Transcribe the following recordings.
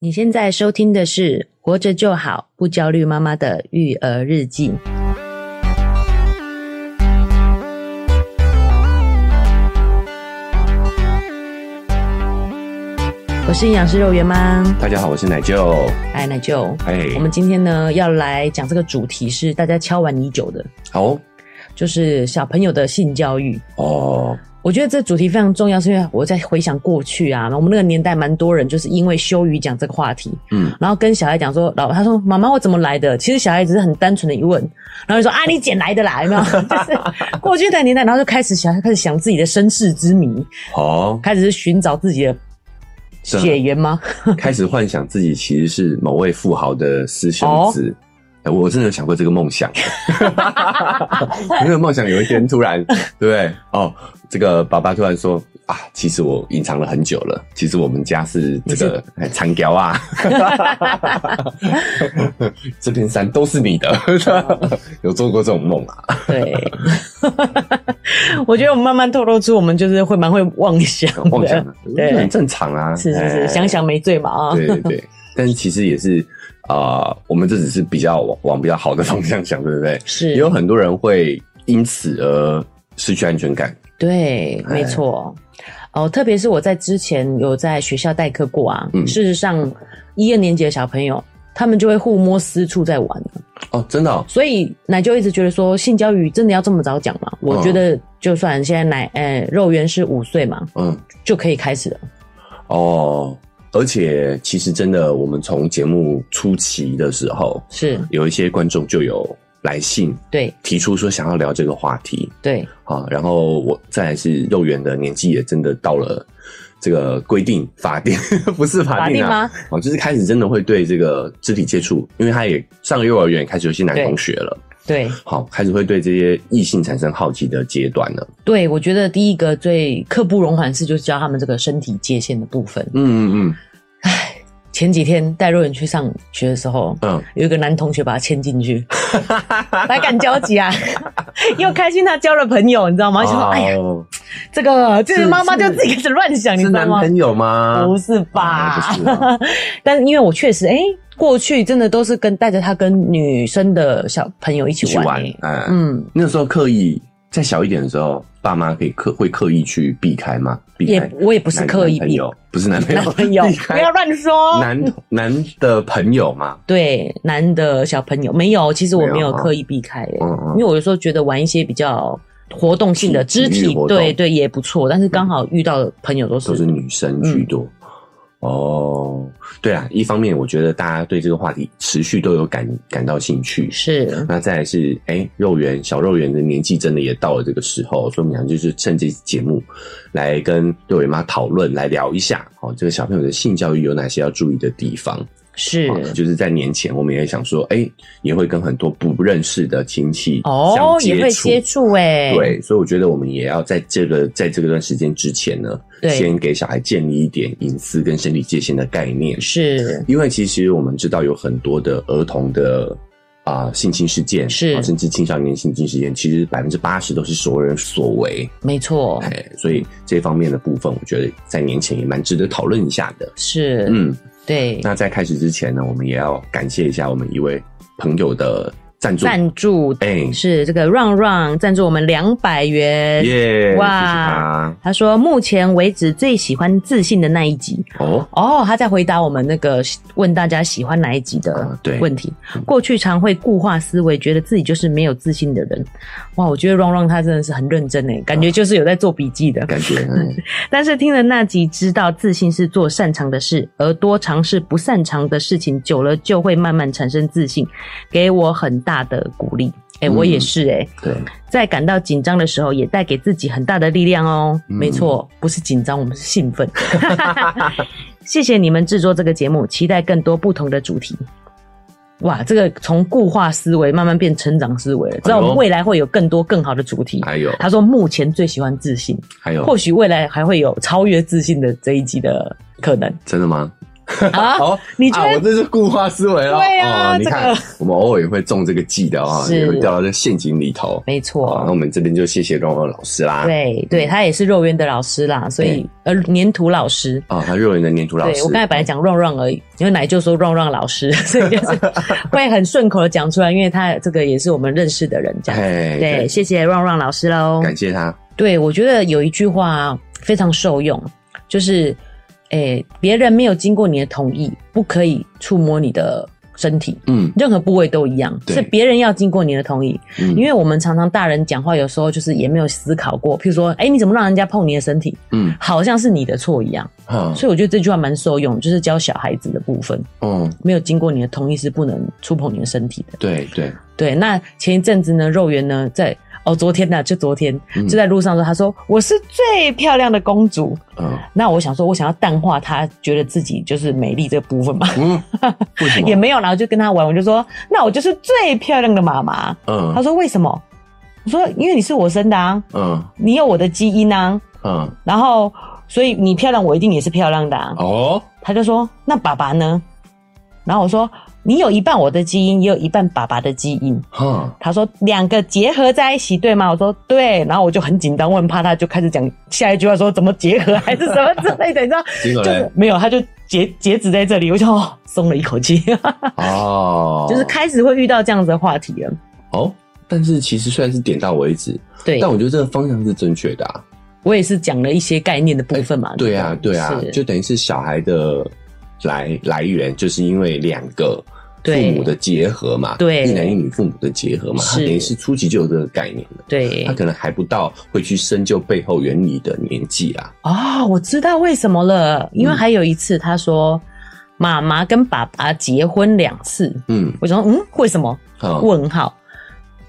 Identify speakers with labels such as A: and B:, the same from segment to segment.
A: 你现在收听的是《活着就好，不焦虑妈妈的育儿日记》。我是营养师肉圆妈，
B: 大家好，我是奶舅。
A: 哎，奶舅，
B: 哎，
A: 我们今天呢要来讲这个主题是大家敲完已久的，
B: 好哦
A: 就是小朋友的性教育。
B: 哦，
A: 我觉得这主题非常重要，是因为我在回想过去啊，我们那个年代蛮多人就是因为羞于讲这个话题，
B: 嗯，
A: 然后跟小孩讲说，老他说妈妈我怎么来的？其实小孩只是很单纯的一问，然后就说啊你捡来的啦，有没有？ 就是过去的年代，然后就开始小孩开始想自己的身世之谜，
B: 好，
A: 开始是寻找自己的
B: 是啊
A: 血缘 吗？
B: 开始幻想自己其实是某位富豪的私生子。
A: 哦
B: 哎我真的有想过这个 梦想，我这个梦想有一天突然，对不对？哦，这个爸爸突然说啊，其实我隐藏了很久了，其实我们家是这个哎长 条啊，这片山都是你的，
A: 哦
B: 有做过这种梦啊？
A: 对， 我觉得我们慢慢透露出我们就是会蛮会妄想 的，
B: 梦想啊，
A: 对
B: 这很正常 啊，
A: 是是
B: 哎
A: 是，想想没罪嘛啊，
B: 对对 对，但其实也是啊、呃我们这只是比较往往比较好的方向想，对不对？
A: 是
B: 也有很多人会因此而失去安全感。
A: 对，
B: 哎
A: 没错。哦，特别是我在之前有在学校代课过啊。
B: 嗯
A: 事实上，一二年级的小朋友他们就会互摸私处在玩，
B: 哦，真的、哦，
A: 所以奶就一直觉得说性教育真的要这么早讲吗？我
B: 嗯
A: 觉得就算现在奶呃肉圆是五岁嘛，
B: 嗯，
A: 就可以开始了。
B: 哦，而且其实真的，我们从节目初期的时候，
A: 是
B: 有一些观众就有来信
A: 对
B: 提出说想要聊这个话题
A: 对
B: 啊，然后我再来是肉圆的年纪也真的到了。这个规定法定啊不是法
A: 法
B: 定
A: 定
B: 啊，
A: 吗？
B: 哦，就是开始真的会对这个肢体接触，因为他也上幼儿园开始有些男
A: 对
B: 同学了，
A: 对
B: 好，开始会对这些异性产生好奇的阶段了。
A: 对，我觉得第一个最刻不容缓的事就是教他们这个身体界限的部分。
B: 嗯嗯
A: 前几天带肉圆去上学的时候，
B: 嗯嗯，
A: 有一个男同学把他牵进去， 百感交集啊， 又开心他交了朋友，你知道吗？就说、哎呀，
B: 哦
A: 这个这
B: 是
A: 个妈妈
B: 是
A: 就自己开始乱想，你
B: 是
A: 知道
B: 男
A: 吗？
B: 朋友吗？
A: 不是吧？
B: 啊不是啊
A: 但是因为我确实，哎、过去真的都是跟带着他跟女生的小朋友一
B: 一
A: 起
B: 起
A: 玩、
B: 玩
A: 欸，
B: 哎，
A: 嗯，
B: 那时候刻意再小一点的时候，爸妈可以刻会刻意去避开吗？避
A: 也
B: 开
A: 我也不是
B: 男
A: 刻意
B: 男朋
A: 避
B: 友，不是男朋友，
A: 男朋 友
B: 避，
A: 不
B: 开
A: 要乱说。
B: 男男的朋友嘛。
A: 对男的小朋友没有，其实我没
B: 没有
A: 有
B: 啊
A: 刻意避开、欸，
B: 嗯嗯
A: 因为我有时候觉得玩一些比较活动性的肢
B: 体育
A: 体
B: 活，动
A: 对对也不错，但是刚好遇到的朋友都是嗯
B: 都是女生居多。哦，对啊，一方面我觉得大家对这个话题持续都有感感到兴趣，
A: 是
B: 那再来是哎、肉圆小肉圆的年纪真的也到了这个时候，所以我们想就是趁这期节目来跟肉圆妈讨论，来聊一下哦，这个小朋友的性教育有哪些要注意的地方。
A: 是
B: 哦就是在年前我们也想说，哎、也会跟很多不认识的亲戚
A: 哦
B: 相，接
A: 也会
B: 触
A: 接触哎、
B: 对，所以我觉得我们也要在这个在这段时间之前呢，
A: 对
B: 先给小孩建立一点隐私跟身体界限的概念，
A: 是
B: 因为其实我们知道有很多的儿童的。啊、性侵事件
A: 是
B: 啊甚至青少年性侵事件，其实百分之八十都是熟人所为，
A: 没错
B: 哎、所以这方面的部分，我觉得在年前也蛮值得讨论一下的。
A: 是、
B: 嗯，
A: 对
B: 那在开始之前呢，我们也要感谢一下我们一位朋友的赞助，
A: 赞助
B: 哎
A: 是这个 Run Run 赞助我们两百元。
B: 耶，
A: 哎哇
B: 谢谢他
A: 他说：“目前为止最喜欢自信的那一集
B: 哦，
A: 哦。”他在回答我们那个问大家喜欢哪一集的
B: 啊对
A: 问题。过去常会固化思维，觉得自己就是没有自信的人。哇，我觉得 Run Run 他真的是很认真诶，感觉就是有在做笔记的。
B: 感觉哎
A: 但是听了那集，知道自信是做擅长的事，而多尝试不擅长的事情，久了就会慢慢产生自信，给我很大的鼓励。哎、
B: 嗯
A: 我也是哎、
B: 对。
A: 在感到紧张的时候，也带给自己很大的力量哦。
B: 嗯
A: 没错，不是紧张，我们是兴奋。 谢谢你们制作这个节目，期待更多不同的主题。哇，这个从固化思维慢慢变成长思维了，知道我
B: 哎
A: 们
B: 呦哎
A: 未来会有更多更好的主题。
B: 还有
A: 他说目前最喜欢自信，
B: 还有，
A: 或许未来还会有超越自信的这一集的可能。
B: 真的吗？
A: 啊
B: 好，
A: 你觉得
B: 啊我这是固化思维了？
A: 对啊
B: 哦，你看
A: 这个
B: 我们偶尔也会中这个计的啊，
A: 是
B: 也会掉到这陷阱里头。
A: 没
B: 哦，那
A: 错
B: 我。们这边就谢谢荣荣老师啦。
A: 对对，他也是肉圆的老师啦，所以呃，粘土老师。
B: 啊，他肉人的粘土老
A: 对
B: 师，嗯
A: 我刚才本来讲 run run 而已，因为奶就说 run run 老师， 所以就是会很顺口的讲出来，因为他这个也是我们认识的人，这样。
B: 哎，
A: 对，
B: 对，
A: 谢谢 run run 老师喽。
B: 感谢他。
A: 对，我觉得有一句话非常受用，就是，诶，别人没有经过你的同意，不可以触摸你的身体，
B: 嗯
A: 任何部位都一样，
B: 对
A: 是别人要经过你的同意。
B: 嗯，
A: 因为我们常常大人讲话，有时候就是也没有思考过，譬如说，诶，你怎么让人家碰你的身体，
B: 嗯
A: 好像是你的错一样。
B: 啊
A: 所以我觉得这句话蛮受用，就是教小孩子的部分，
B: 嗯，
A: 没有经过你的同意是不能触碰你的身体的。
B: 对对，
A: 对，那前一阵子呢，肉圆呢在哦，昨天呢、就昨天
B: 嗯
A: 就在路上说，他说我是最漂亮的公主。
B: 嗯
A: 那我想说，我想要淡化他觉得自己就是美丽这部分嘛，
B: 嗯，为什
A: 也
B: 么？
A: 没有，然后就跟他玩，我就说那我就是最漂亮的妈妈。他
B: 嗯
A: 说为什么？我说因为你是我生的啊，
B: 嗯
A: 你有我的基因啊，
B: 嗯，
A: 然后所以你漂亮，我一定也是漂亮的啊。
B: 哦，
A: 他就说：“那爸爸呢？”然后我说：“你有一半我的基因，也有一半爸爸的基因。
B: 哈”，
A: 他说：“两个结合在一起，对吗？”我说：“对。”然后我就很紧张，我很怕他就开始讲下一句话，说怎么结合还是什么之类的，你知道？
B: 结果
A: 就
B: 嘞
A: 是，没有，他就截截止在这里，我就、 哦、松了一口气，
B: 哦，
A: 就是开始会遇到这样子的话题了。
B: 哦，但是其实虽然是点到为止，
A: 对，
B: 但
A: 我
B: 我觉得这个方向是正确的啊。
A: 也是讲了一些概念的部分嘛。
B: 对啊，对啊，
A: 是
B: 就等于是小孩的来来源，就是因为两个父
A: 对
B: 母的结合嘛，
A: 对
B: 一男一女父母的结合嘛，他
A: 是
B: 等于是初级就有这个概念了。
A: 对
B: 他可能还不到会去深究背后原理的年纪啊啦。
A: 哦，我知道为什么了，因为
B: 嗯
A: 还有一次他说、妈妈跟爸爸结婚两次，
B: 嗯，啊
A: 我想说嗯，为什么？
B: 好，
A: 问号。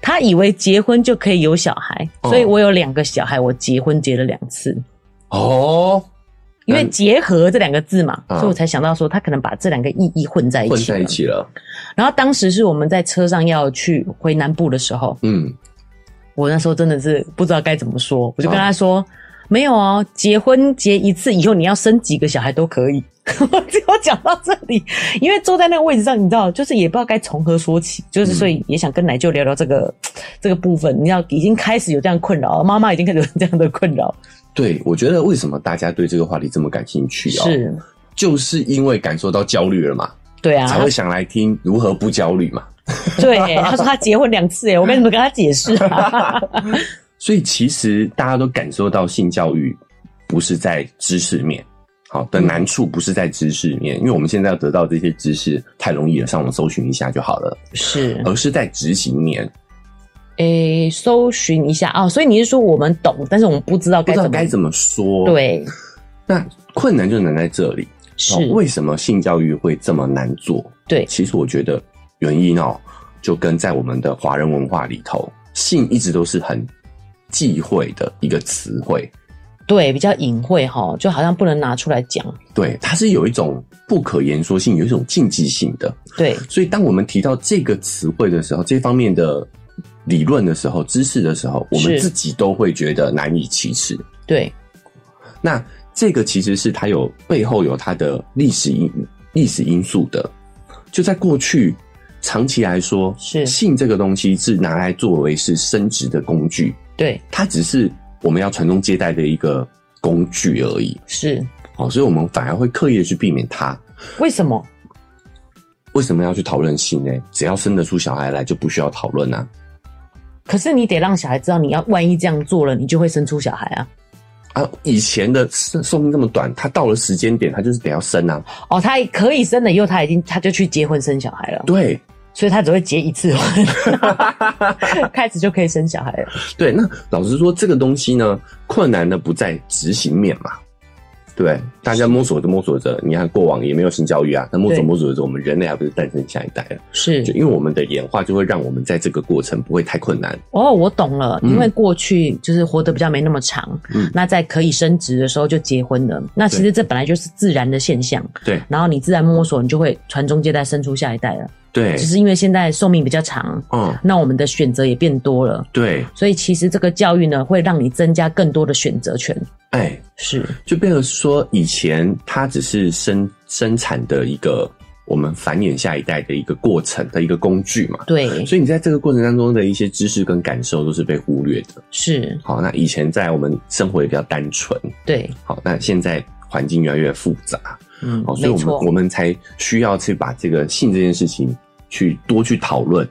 A: 他以为结婚就可以有小孩，
B: 哦
A: 所以我有两个小孩，我结婚结了两次，
B: 哦，
A: 因为结合这两个字嘛，
B: 啊
A: 所以我才想到说他可能把这两个意义混在一起。
B: 混在一。起了。
A: 然后当时是我们在车上要去回南部的时候，
B: 嗯，
A: 我那时候真的是不知道该怎么说，我就
B: 哦
A: 跟他说。没有哦，结婚结一次以后，你要生几个小孩都可以。 我只有讲到这里，因为坐在那个位置上，你知道，就是也不知道该从何说起，就是
B: 嗯
A: 所以也想跟奶舅聊聊这个、这个部分。你知道，已经开始有这样困扰，妈妈已经开始有这样的困扰，
B: 对，我觉得为什么大家对这个话题这么感兴趣哦，
A: 是，
B: 就是因为感受到焦虑了嘛，
A: 对啊
B: 才，会想来听如何不焦虑嘛。
A: 对，他说他结婚两次，哎，我该怎么跟他解释啊？
B: 所以其实大家都感受到性教育不是在知识面。好的难处不是在知识面，因为我们现在要得到这些知识太容易了，上网搜寻一下就好了，
A: 是，
B: 而 是在执行面，
A: 诶，搜寻一下啊、哦，所以你是说我们懂，但是我们不知道该
B: 不知
A: 怎
B: 道
A: 么
B: 该怎么说。，
A: 对，
B: 那困难就难在这里。
A: 是
B: 哦，为什么性教育会这么难做？
A: 对，
B: 其实我觉得原因哦，就跟在我们的华人文化里头，性一直都是很忌讳的一个词汇。
A: 对，比较隐晦哈，就好像不能拿出来讲。
B: 对，它是有一种不可言说性，有一种禁忌性的。
A: 对，
B: 所以，当我们提到这个词汇的时候，这方面的理论的时候、知识的时候，我们
A: 是
B: 自己都会觉得难以启齿。
A: 对，
B: 那这个其实是它有背后有它的历史因历史因素的。就在过去，长期来说，
A: 是
B: 性这个东西是拿来作为是生殖的工具，
A: 对，
B: 它只是我们要传宗接代的一个工具而已。
A: 是
B: 哦，所以我们反而会刻意的去避免它。
A: 为什么？
B: 为什么要去讨论性呢？只要生得出小孩来，就不需要讨论啊。
A: 可是你得让小孩知道，你要万一这样做了，你就会生出小孩啊。
B: 啊，以前的寿寿命这么短，他到了时间点，他就是得要生啊。
A: 哦，他可以生了以后，他已经他就去结婚生小孩了，
B: 对，
A: 所以他只会结一次婚， 开始就可以生小孩了。
B: 对，那老实说，这个东西呢，困难的不在执行面嘛，对，大家摸索着摸索着，你看过往也没有性教育啊，那摸索
A: 对
B: 摸索着，我们人类还不是诞生下一代了？
A: 是
B: 就因为我们的演化就会让我们在这个过程不会太困难，
A: 哦，我懂了，
B: 嗯
A: 因为过去就是活得比较没那么长，
B: 嗯
A: 那在可以升职的时候就结婚了，那其实这本来就是自然的现象。
B: 对
A: 然后你自然摸索，你就会传宗接代，生出下一代了。
B: 对
A: 只，是因为现在寿命比较长，
B: 嗯，
A: 那我们的选择也变多了，
B: 对，
A: 所以其实这个教育呢，会让你增加更多的选择权。
B: 哎，
A: 是，
B: 就变成说，以前它只是生生产的一个我们繁衍下一代的一个过程的一个工具嘛，
A: 对，
B: 所以你在这个过程当中的一些知识跟感受都是被忽略的。
A: 是，
B: 好，那以前在我们生活也比较单纯，
A: 对，
B: 好，那现在环境越来越复杂，
A: 嗯
B: 哦，，所
A: 没
B: 以我们
A: 错
B: 我，们才需要去把这个性这件事情去多去讨论。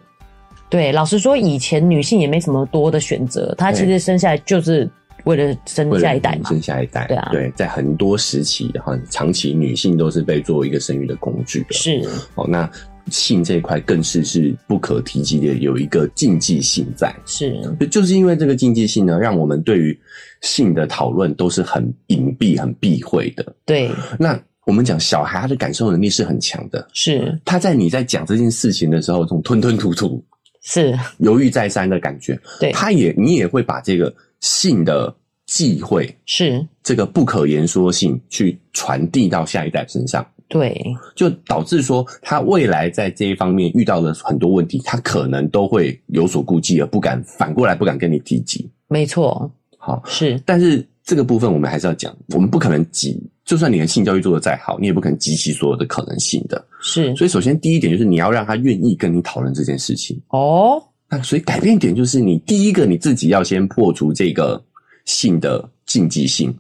A: 对。老实说，以前女性也没什么多的选择，她
B: 对
A: 其实生下来就是为了生
B: 为了
A: 下一代嘛。
B: 生下一代，
A: 对啊
B: 在很多时期，哈，长期女性都是被作为一个生育的工具的。
A: 是，
B: 哦，那性这一块更是是不可提及的，有一个禁忌性在。
A: 是，
B: 就就是因为这个禁忌性呢，让我们对于性的讨论都是很隐蔽、很避讳的。
A: 对，
B: 那我们讲小孩，他的感受能力是很强的。
A: 是，
B: 他在你在讲这件事情的时候，这种吞吞吐吐、
A: 是，
B: 犹豫再三的感觉，
A: 对，
B: 他也你也会把这个性的忌讳、
A: 是，
B: 这个不可言说性去传递到下一代身上，
A: 对，
B: 就导致说他未来在这一方面遇到的很多问题，他可能都会有所顾忌，而不敢反过来不敢跟你提及。
A: 没错，
B: 好，
A: 是，
B: 但是这个部分我们还是要讲，我们不可能集，就算你的性教育做得再好，你也不可能集齐所有的可能性的。
A: 是，
B: 所以，首先第一点就是你要让他愿意跟你讨论这件事情。
A: 哦，
B: 那所以改变点就是你第一个你自己要先破除这个性的禁忌性。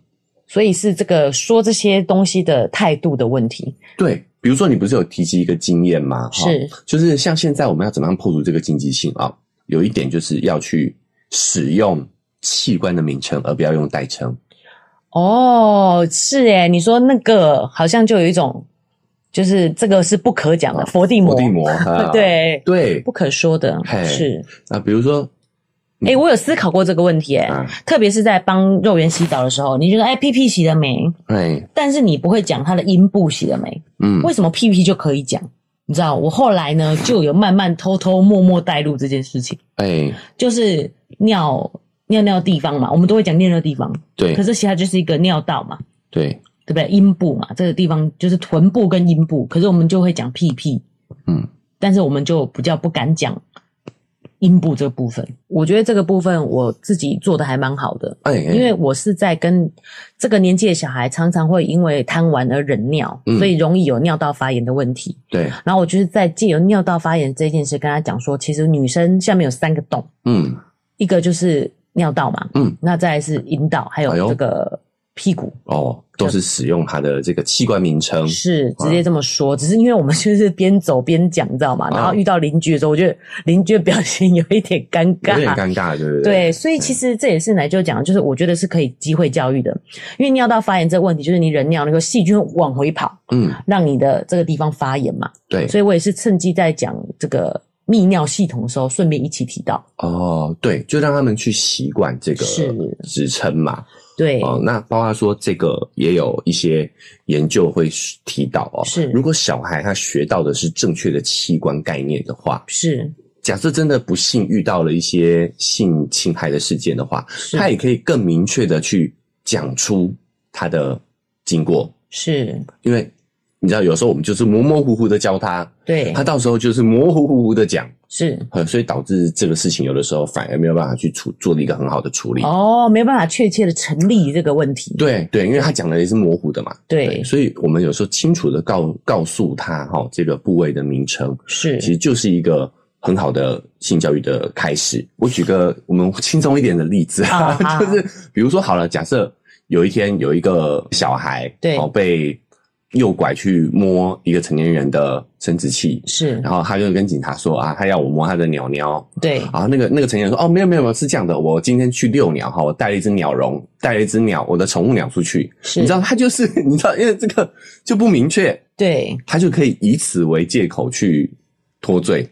A: 所以是这个说这些东西的态度的问题。
B: 对，比如说你不是有提及一个经验吗？哈
A: 是，
B: 就是像现在我们要怎么样破除这个禁忌性啊？有一点就是要去使用器官的名称，而不要用代称。
A: 哦，是诶，你说那个好像就有一种，就是这个是不可讲的，佛地魔，
B: 伏地魔，啊
A: 对，
B: 对
A: 不可说的
B: 嘿，
A: 是。
B: 啊，比如说
A: 诶，我有思考过这个问题，诶，
B: 啊，
A: 特别是在帮肉圆洗澡的时候，你觉得哎，屁屁洗了没？
B: 哎，
A: 但是你不会讲它的阴部洗了没？
B: 嗯，
A: 为什么屁屁就可以讲？你知道，我后来呢就有慢慢偷偷默默带入这件事情，
B: 哎，
A: 就是尿尿尿地方嘛，我们都会讲尿尿地方，
B: 对
A: 可是其他就是一个尿道嘛，
B: 对，
A: 对不对？阴部嘛，这个地方就是臀部跟阴部，可是我们就会讲屁屁，
B: 嗯，
A: 但是我们就比较不敢讲阴部这部分。我觉得这个部分我自己做的还蛮好的，
B: 哎，哎
A: 因为我是在跟这个年纪的小孩，常常会因为贪玩而忍尿，
B: 嗯
A: 所以容易有尿道发炎的问题。
B: 对，
A: 然后我就是在借由尿道发炎这件事跟他讲说，其实女生下面有三个洞，
B: 嗯
A: 一个就是尿道嘛，
B: 嗯，
A: 那再来是阴道，还
B: 哎
A: 有
B: 呦
A: 这个屁股。
B: 哦，都是使用它的这个器官名称，
A: 是直接这么
B: 嗯
A: 说，只是因为我们就是边走边讲，你知道吗？
B: 啊
A: 然后遇到邻居的时候，我觉得邻居的表情有一点尴
B: 有
A: 尬，
B: 点尴尬，对不对？
A: 对，所以其实这也是奶就讲的，就是我觉得是可以机会教育的，因为尿道发炎这个问题，就是你人尿那个细菌往回跑，
B: 嗯，
A: 让你的这个地方发炎嘛。
B: 对，
A: 所以我也是趁机在讲这个泌尿系统的时候，顺便一起提到。
B: 哦，对，就让他们去习惯这个
A: 是
B: 职称嘛。
A: 对，
B: 哦，那包括说这个也有一些研究会提到哦，
A: 是
B: 如果小孩他学到的是正确的器官概念的话，
A: 是
B: 假设真的不幸遇到了一些性侵害的事件的话，
A: 是
B: 他也可以更明确的去讲出他的经过，
A: 是，
B: 因为你知道有时候我们就是模模糊糊的教他，
A: 对
B: 他，到时候就是模模糊糊的讲。
A: 是
B: 呃，所以导致这个事情有的时候反而没有办法去处做一个很好的处理。
A: 哦，没办法确切的成立这个问题。
B: 对对，因为他讲的也是模糊的嘛。
A: 对，
B: 所以我们有时候清楚的告告诉他哈、这个部位的名称，
A: 是
B: 其实就是一个很好的性教育的开始。我举个我们轻松一点的例 子
A: 啊啊
B: 就是比如说好了，假设有一天有一个小孩
A: 对
B: 哦被诱拐去摸一个成年人的生殖器。
A: 是，
B: 然后他就跟警察说啊，他要我摸他的鸟鸟，
A: 对，
B: 然后那个那个成员说：“哦，没有没有没有，是这样的，我今天去遛鸟哈，我带了一只鸟笼，带了一只鸟，我的宠物鸟出去。
A: 是，
B: 你知道，他就是 你知道，因为这个就不明确，
A: 对，
B: 他就可以以此为借口去脱罪。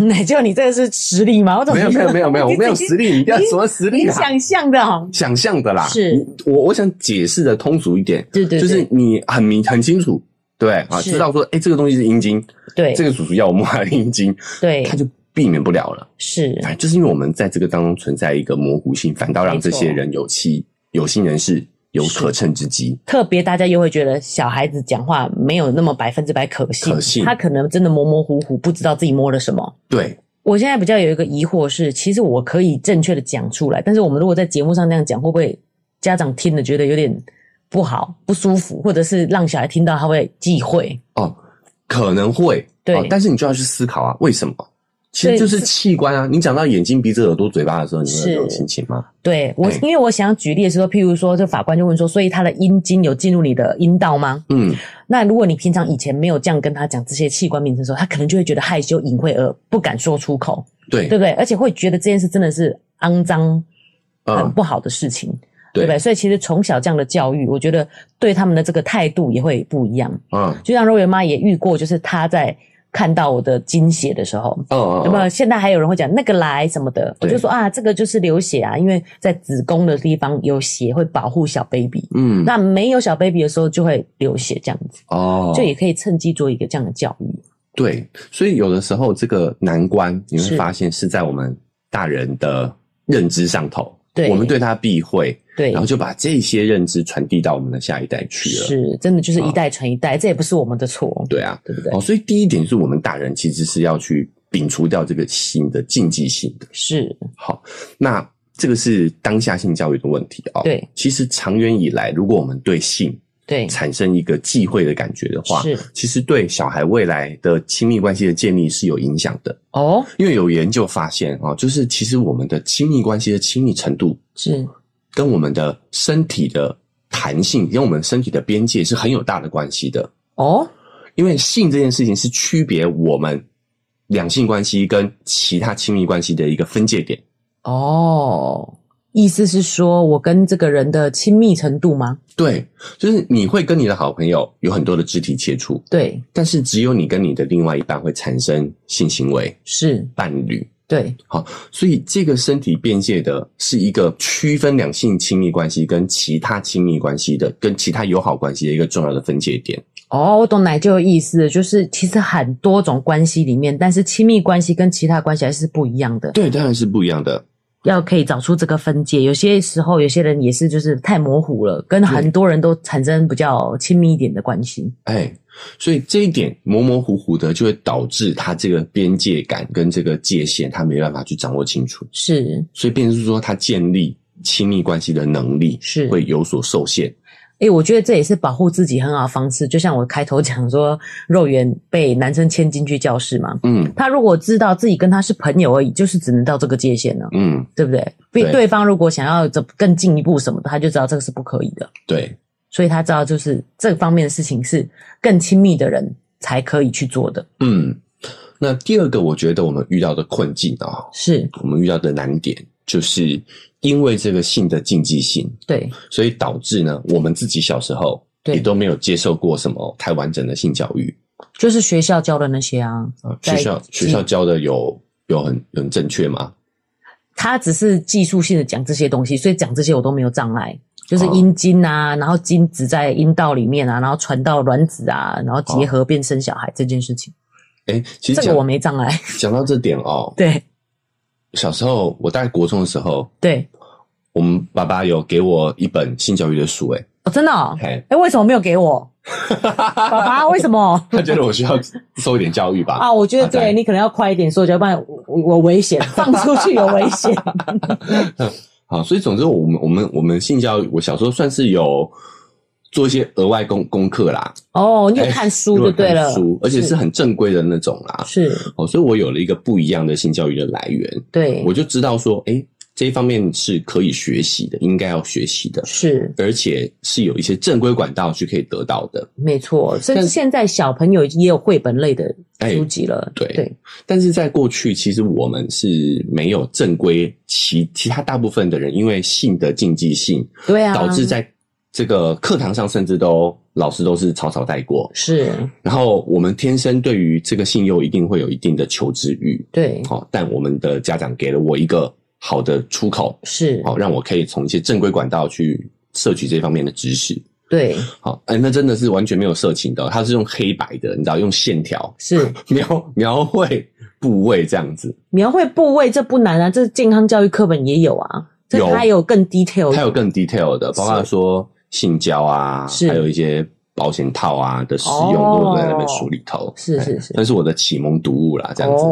A: 奶就你这个是实力吗？我怎么
B: 没有没有 没有没有，我没有实
A: 力，
B: 力，你啊不要
A: 你
B: 什么实力
A: 你
B: 啦，
A: 想象的哦。
B: 想象的啦。
A: 是
B: 你我我想解释的通俗一点，
A: 对对，
B: 就是
A: 对
B: 你很明很清楚，对啊，
A: 是
B: 知道说，哎，这个东西是阴茎，
A: 对
B: 这个叔叔要我摸他的阴茎，
A: 对
B: 他就避免不了了。”
A: 是
B: 哎，就是因为我们在这个当中存在一个模糊性，反倒让这些人有气有心人士有可乘之机。
A: 特别大家又会觉得小孩子讲话没有那么百分之百可信，
B: 可信
A: 他可能真的模模糊糊，不知道自己摸了什么。
B: 对，
A: 我现在比较有一个疑惑是，其实我可以正确的讲出来，但是我们如果在节目上那样讲，会不会家长听了觉得有点不好、不舒服，或者是让小孩听到他会忌讳？
B: 哦，可能会，
A: 对
B: 哦，但是你就要去思考啊，为什么？其
A: 对
B: 实就是
A: 是
B: 器官啊，你讲到眼睛、鼻子、耳朵、嘴巴的时候，你会有
A: 是
B: 这种心情吗？
A: 对我，
B: 哎
A: 因为我想举例的时候，譬如说，这法官就问说，所以他的阴茎有进入你的阴道吗？
B: 嗯，
A: 那如果你平常以前没有这样跟他讲这些器官名称的时候，他可能就会觉得害羞、隐晦而不敢说出口，
B: 对，
A: 对不对？而且会觉得这件事真的是肮脏、很
B: 嗯，
A: 不好的事情，对
B: 对
A: 不对？所以其实从小这样的教育，我觉得对他们的这个态度也会不一样。
B: 嗯，
A: 就像肉圆妈也遇过，就是她在看到我的经血的时候，
B: 嗯，
A: 那么
B: 嗯，
A: 现在还有人会讲那个来什么的，我
B: 对
A: 就说啊，这个就是流血啊，因为在子宫的地方有血会保护小 baby，、
B: 嗯，
A: 那没有小 baby 的时候就会流血这样子，
B: 哦，
A: 就也可以趁机做一个这样的教育。
B: 对，所以有的时候这个难关，你
A: 是
B: 会发现是在我们大人的认知上头，
A: 对
B: 我们对他避讳，
A: 对
B: 然，后就把这些认知传递到我们的下一代去了。
A: 是真的就是一代传一代，这也不是我们的错，
B: 对啊，
A: 对不对？
B: 哦，所以第一点是我们大人其实是要去摒除掉这个性的禁忌性的。
A: 是，
B: 好，那这个是当下性教育的问题啊、哦。
A: 对，
B: 其实长远以来，如果我们对性
A: 对，
B: 产生一个忌讳的感觉的话，
A: 是
B: 其实对小孩未来的亲密关系的建立是有影响的。
A: 哦，
B: 因为有研究发现啊、哦，就是其实我们的亲密关系的亲密程度
A: 是
B: 跟我们的身体的弹性跟我们身体的边界是很有大的关系的。
A: 哦，
B: 因为性这件事情是区别我们两性关系跟其他亲密关系的一个分界点。
A: 哦，意思是说我跟这个人的亲密程度吗？
B: 对，就是你会跟你的好朋友有很多的肢体接触，
A: 对，
B: 但是只有你跟你的另外一半会产生性行为
A: 是，
B: 伴侣。
A: 对，
B: 所以，这个身体边界的是一个区分两性亲密关系跟其他亲密关系的、跟其他友好关系的一个重要的分界点。
A: 哦，我懂奶舅的意思，就是其实很多种关系里面，但是亲密关系跟其他关系还是不一样的，
B: 对，当然是不一样的。
A: 要可以找出这个分界。有些时候，有些人也是就是太模糊了，跟很多人都产生比较亲密一点的关系。
B: 哎，所以这一点模模糊糊的，就会导致他这个边界感跟这个界限，他没办法去掌握清楚，
A: 是
B: 所以变成是说他建立亲密关系的能力
A: 是
B: 会有所受限。
A: 诶、我觉得这也是保护自己很好的方式。就像我开头讲说，肉圆被男生牵进去教室嘛，
B: 嗯
A: 他如果知道自己跟他是朋友而已，就是只能到这个界限了，
B: 嗯，
A: 对不对？对
B: 对
A: 对方如果想要怎更进一步什么的，他就知道这个是不可以的。
B: 对
A: 所以他知道就是这方面的事情是更亲密的人才可以去做的。
B: 嗯。那第二个，我觉得我们遇到的困境啊、
A: 是
B: 我们遇到的难点，就是因为这个性的禁忌性，
A: 对
B: 所以导致呢，我们自己小时候
A: 对
B: 也都没有接受过什么太完整的性教育
A: 就是学校教的那些啊，
B: 啊。
A: 在
B: 学校学校教的有有很有很正确吗？
A: 他只是技术性的讲这些东西，所以讲这些我都没有障碍。就是
B: 哦
A: 阴茎啊，然后精子在阴道里面啊，然后传到卵子啊，然后
B: 哦
A: 结合变生小孩这件事情，
B: 哎、其实
A: 这个我
B: 讲
A: 没障碍。
B: 讲到这点哦，
A: 对
B: 小时候我大概国中的时候，
A: 对，
B: 我们爸爸有给我一本性教育的书、诶
A: 哦，真的、哦，
B: 哎，
A: 哎，为什么没有给我？爸爸，为什么？
B: 他觉得我需要受一点教育吧？
A: 啊，我觉得
B: 啊对
A: 对你可能要快一点说，要不然我我我危险，放出去有危险。
B: 好，所以总之我们我们我们性教育，我小时候算是有做一些额外功功课啦，
A: 哦，你有
B: 哎
A: 看书就对
B: 有
A: 了，
B: 看书，而且
A: 是
B: 是很正规的那种啦。
A: 是，
B: 哦，所以我有了一个不一样的性教育的来源，
A: 对
B: 我，就知道说，哎、这一方面是可以学习的，应该要学习的，
A: 是
B: 而且是有一些正规管道去可以得到的。
A: 没错。甚
B: 但
A: 至现在小朋友也有绘本类的
B: 哎
A: 书籍了，
B: 对
A: 对，
B: 但是在过去，其实我们是没有正规其其他大部分的人，因为性的禁忌性，
A: 对啊，
B: 导致在这个课堂上，甚至都老师都是草草带过。
A: 是
B: 然后我们天生对于这个性又一定会有一定的求知欲，
A: 对
B: 好、但我们的家长给了我一个好的出口，
A: 是，
B: 好、让我可以从一些正规管道去摄取这方面的知识。
A: 对
B: 好、哎，那真的是完全没有色情的哦，它是用黑白的，你知道，用线条
A: 是。
B: 描描绘部位这样子，
A: 描绘部位这不难啊，这健康教育课本也有啊，这
B: 有
A: 它有更 detail，
B: 它有更 detail 的，包括说性交啊，
A: 是
B: 还有一些保险套啊的使用，
A: 哦
B: 都有在那本书里头。
A: 是
B: 哎
A: 是是
B: 那是我的启蒙读物啦，这样子。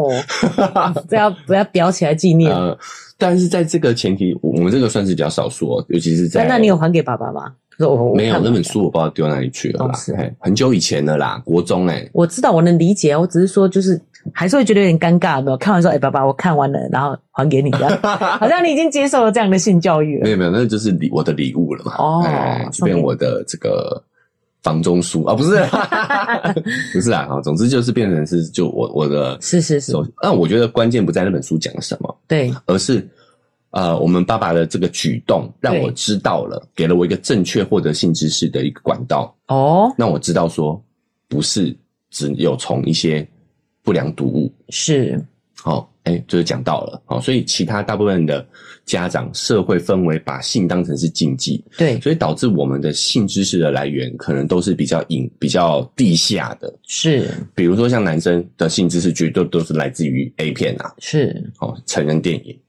A: 哦，不要不要裱起来纪念。
B: 呃，但是在这个前提，我我们这个算是比较少数、哦，尤其是在
A: 那那你有还给爸爸吗？我我
B: 没有
A: 看了
B: 那本书，我不知道丢哪里去了啦
A: 哦是，
B: 嘿很久以前的啦，国中哎、
A: 我知道，我能理解，我只是说就是还是会觉得有点尴尬，有没有？看完说，哎、爸爸，我看完了，然后还给你，这 样好像你已经接受了这样的性教育
B: 没
A: 了。
B: 有没有，那就是礼我的礼物了嘛。
A: 哦
B: 哎这
A: 送给
B: 边
A: 你
B: 我的这个房中书啊，不是啦，不是啦，啊，总之就是变成是就我我的
A: 是是是，
B: 首，那我觉得关键不在那本书讲什么，
A: 对，
B: 而是。呃，我们爸爸的这个举动让
A: 对
B: 我知道了，给了我一个正确获得性知识的一个管道，
A: 哦，
B: 让我知道说，不是只有从一些不良读物，
A: 是，
B: 哦，哎、就是讲到了，哦，所以其他大部分的家长社会氛围把性当成是禁忌，
A: 对，
B: 所以导致我们的性知识的来源可能都是比较隐、比较地下的，
A: 是
B: 比如说像男生的性知识绝对都是来自于 A 片啊，
A: 是。
B: 哦，成人电影，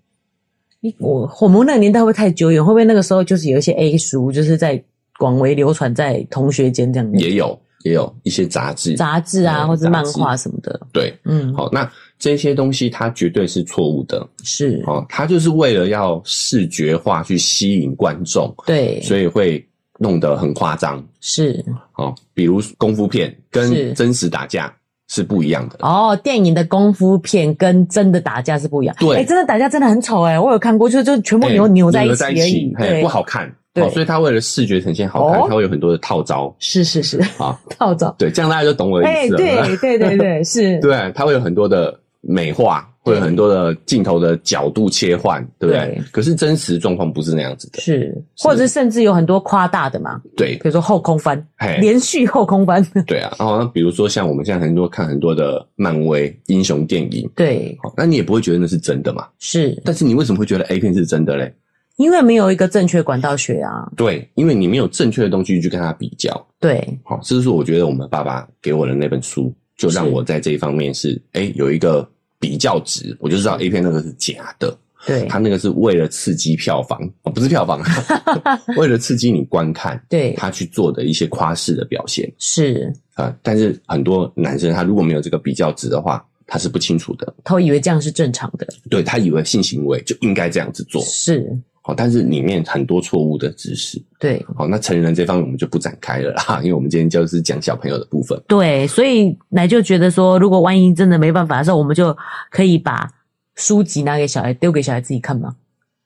A: 你我我们那个年代会不会太久远？会不会那个时候就是有一些 A 书，就是在广为流传在同学间这样的
B: 也有也有一些杂志，
A: 杂志啊，
B: 嗯
A: 或者
B: 杂
A: 漫
B: 志
A: 画什么的？
B: 对，
A: 嗯，
B: 好、那这些东西它绝对是错误的，
A: 是，
B: 哦，它就是为了要视觉化去吸引观众，
A: 对，
B: 所以会弄得很夸张，
A: 是
B: 哦，比如功夫片
A: 是
B: 跟真实打架是不一样的。
A: 哦，电影的功夫片跟真的打架是不一样。
B: 对
A: 哎，真的打架真的很丑哎，我有看过，就就全部
B: 哎
A: 扭扭在一
B: 一
A: 起而已，
B: 嘿
A: 对，
B: 不。好看。
A: 对
B: 哦，所以他为了视觉呈现好看
A: 哦，
B: 他会有很多的套招
A: 是是是，
B: 啊。
A: 套招。
B: 对，这样大家就懂我的
A: 哎，
B: 意思了。啊
A: 对对对 对，是，
B: 对，他会有很多的美化，会有很多的镜头的角度切换，对不对
A: 对？
B: 可是真实状况不是那样子的。
A: 是，或者是甚至有很多夸大的嘛，
B: 对
A: 比，如说后空翻，
B: 嘿，
A: 连续后空 翻，
B: 对啊。然后那比如说像我们现在很多看很多的漫威英雄电影，
A: 对，
B: 好，那你也不会觉得那是真的嘛？
A: 是
B: 但是你为什么会觉得 A 片是真的嘞？
A: 因为没有一个正确管道学啊，
B: 对，因为你没有正确的东西去跟他比较。
A: 对，
B: 好，这就是我觉得我们爸爸给我的那本书，就让
A: 是
B: 我在这一方面是哎、诶有一个比较值，我就知道 A 片那个是假的，
A: 对
B: 他，那个是为了刺激票房，哦、不是票房，啊为了刺激你观看，
A: 对，
B: 他去做的一些夸饰的表现
A: 是，
B: 啊、但是很多男生他如果没有这个比较值的话，他是不清楚的，
A: 他会以为这样是正常的，
B: 对他以为性行为就应该这样子做，
A: 是，
B: 好、但是里面很多错误的知识。
A: 对，
B: 好，那成人这方面我们就不展开了啦，因 为我们今天就是讲小朋友的部分。
A: 对，所以奶就觉得说，如果万一真的没办法的时候，我们就可以把书籍拿给小孩，丢给小孩自己看嘛。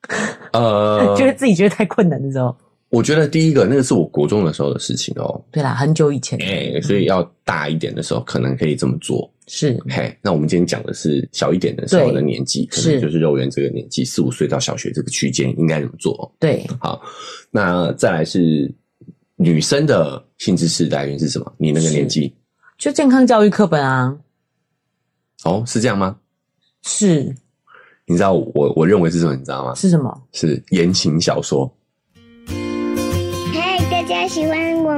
B: 呃，
A: 觉得自己觉得太困难的时候，
B: 我觉得第一个那个是我国中的时候的事情哦，
A: 对啦，很久以前、
B: 哎、所
A: 嗯
B: 以要大一点的时候可能可以这么做。
A: 是
B: 嘿，那我们今天讲的是小一点的时候的
A: 对
B: 年纪，可
A: 是
B: 能就是幼儿园这个年纪，四五岁到小学这个区间应该怎么做？
A: 对
B: 好，那再来是女生的性知识来源是什么？你那个
A: 是
B: 年纪
A: 就健康教育课本啊，
B: 哦，是这样吗？
A: 是
B: 你知道我我认为是什么？你知道吗？
A: 是什么？
B: 是言情小说。
C: 嗨，大家喜欢我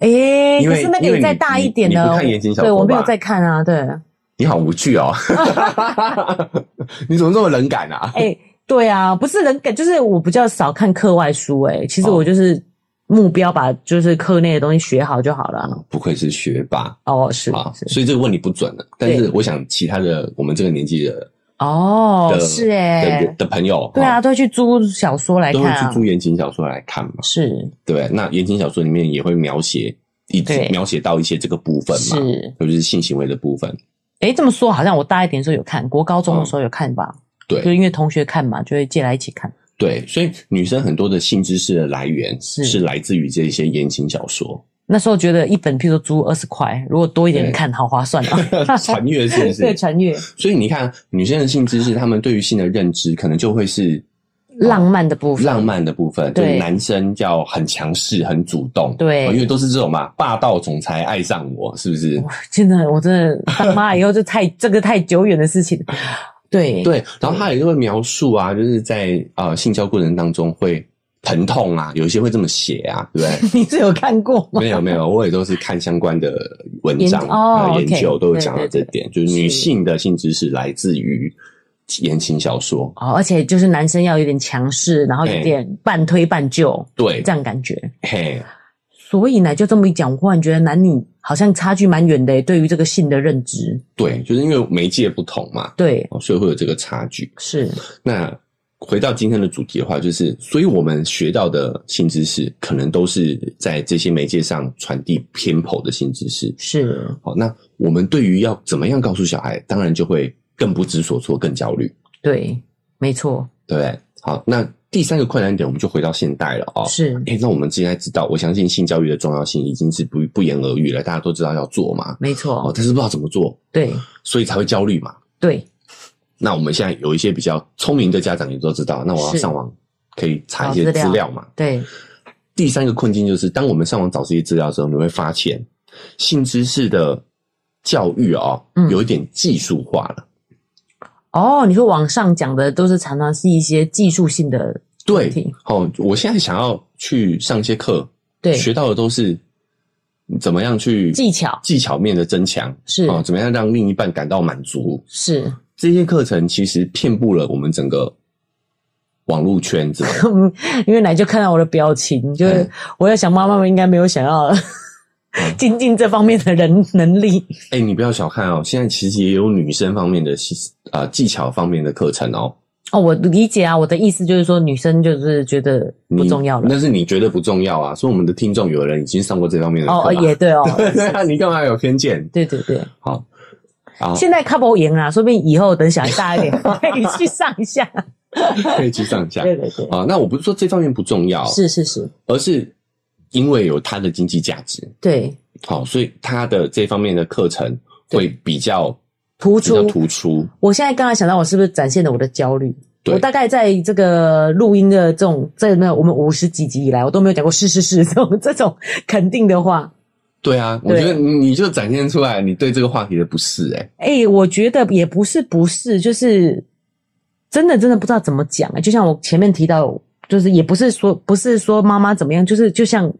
A: 诶，
B: 因
A: 可
B: 为
A: 是那个也再大一点
B: 因为你
A: 的，
B: 你不看言情小说
A: 对
B: 吧
A: 我没有在看啊，对，
B: 你好无趣 哦，你怎么这么冷感啊？
A: 诶，对啊，不是人感，就是我比较少看课外书、诶，其实
B: 哦
A: 我就是目标把就是课内的东西学好就好了。
B: 不愧是学霸
A: 哦，是
B: 啊！
A: 是，
B: 所以这个问题不准了。但
A: 对
B: 是我想，其他的我们这个年纪的
A: 哦
B: 的，
A: 是
B: 的
A: 诶，
B: 的朋友，
A: 对啊，
B: 哦，
A: 都会去租小说来
B: 都
A: 看
B: 会
A: 啊
B: 去，租言情小说来看嘛。
A: 是
B: 对，那言情小说里面也会描写一
A: 对
B: 描写到一些这个部分嘛，
A: 是，
B: 尤其是性行为的部分。
A: 诶，这么说好像我大一点的时候有看，国高中的时候有看吧，就
B: 嗯对
A: 因为同学看嘛，就会借来一起看，
B: 对，所以女生很多的性知识的来源
A: 是
B: 是来自于这些言情小说，
A: 那时候觉得一本，譬如说租二十块，如果多一点
B: 对。
A: 看，好划算啊
B: 传阅哦是不
A: 对
B: 是？
A: 传阅
B: 所以你看，女生的性知识，她们对于性的认知可能就会是哦
A: 浪漫的部分，
B: 浪漫的部分，就
A: 对
B: 是男生要很强势、很主动，
A: 对
B: 哦因为都是这种嘛，霸道总裁爱上我，是不是？
A: 真的，我真的当妈以后就太 这个太久远的事情。对
B: 对，然后他也就会描述啊，就是在呃性交过程当中会疼痛啊，有一些会这么写啊，对不 对？
A: 你是有看过吗？
B: 没有没有，我也都是看相关的文章
A: 研哦
B: 呃研
A: OK，
B: 究，都有讲到
A: 对
B: 这
A: 对
B: 点，就是女性的性知识来自于言情小说，
A: 哦，而且就是男生要有点强势，然后有点半推半就，
B: 对
A: 这，样感觉。
B: 嘿，
A: 所以呢，就这么一讲，我忽然觉得男女好像差距蛮远的耶，对于这个性的认知。
B: 对，就是因为媒介不同嘛，
A: 对，
B: 哦所以会有这个差距。
A: 是
B: 那回到今天的主题的话，就是所以我们学到的性知识，可能都是在这些媒介上传递偏颇的性知识。
A: 是，
B: 好，那我们对于要怎么样告诉小孩，当然就会更不知所措，更焦虑，
A: 对，没错，
B: 对不对？好，那第三个困难点，我们就回到现代了哦。
A: 是
B: 诶，那我们现在知道，我相信性教育的重要性已经是不不言而喻了，大家都知道要做嘛，
A: 没
B: 哦，
A: 错，
B: 但是不知道怎么做，
A: 对
B: 所以才会焦虑嘛。
A: 对，
B: 那我们现在有一些比较聪明的家长，也都知道，那我要
A: 是
B: 上网可以查一些
A: 找资料
B: 资料嘛。
A: 对，
B: 第三个困境就是，当我们上网找这些资料的时候，你会发现性知识的教育哦，
A: 嗯
B: 有一点技术化了。
A: 哦，你说网上讲的都是常常是一些技术性的
B: 对
A: 问题，
B: 哦，我现在想要去上一些课，
A: 对
B: 学到的都是怎么样去
A: 技巧
B: 技巧面的增强，
A: 是
B: 哦，怎么样让另一半感到满足。
A: 是，
B: 这些课程其实遍布了我们整个网络圈 子，
A: 嗯，因为奶就看到我的表情，就是、
B: 嗯
A: 我在想妈妈们应该没有想要 精进这方面的人能力，
B: 哎、你不要小看哦，现在其实也有女生方面的啊、呃、技巧方面的课程哦，
A: 哦，我理解啊，我的意思就是说，女生就是觉得不
B: 你
A: 重要了。
B: 但是你觉得不重要啊？所以我们的听众有人已经上过这方面的
A: 哦，
B: 课
A: 呃
B: 啦、
A: 也对哦，
B: 对啊，你干嘛有偏见？
A: 对对对，
B: 好，好，
A: 现在 couple 赢啊啦，说不定以后等小孩大一 点可以去上一下。
B: 可以去上下
A: 对对对，
B: 啊。那我不是说这方面不重要，
A: 是是是，
B: 而是因为有它的经济价值，
A: 对，
B: 好、所以它的这方面的课程会比较
A: 突
B: 比较
A: 出。
B: 突出。
A: 我现在刚才想到，我是不是展现了我的焦虑？
B: 对
A: 我大概在这个录音的这种，在那我们五十几集以来，我都没有讲过是是是这种这种肯定的话。
B: 对啊，我
A: 对
B: 觉得你你就展现出来你对这个话题的不适、欸，
A: 哎、我觉得也不是不是，就是真的真的不知道怎么讲啊。就像我前面提到，就是也不是说不是说妈妈怎么样，就是就像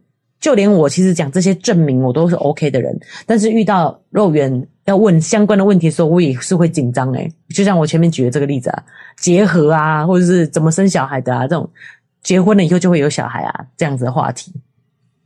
A: 就连我其实讲这些证明我都是 OK 的人，但是遇到肉圆要问相关的问题的时候，我也是会紧张哎。就像我前面举的这个例子啊，结合啊，或者是怎么生小孩的啊，这种结婚了以后就会有小孩啊，这样子的话题。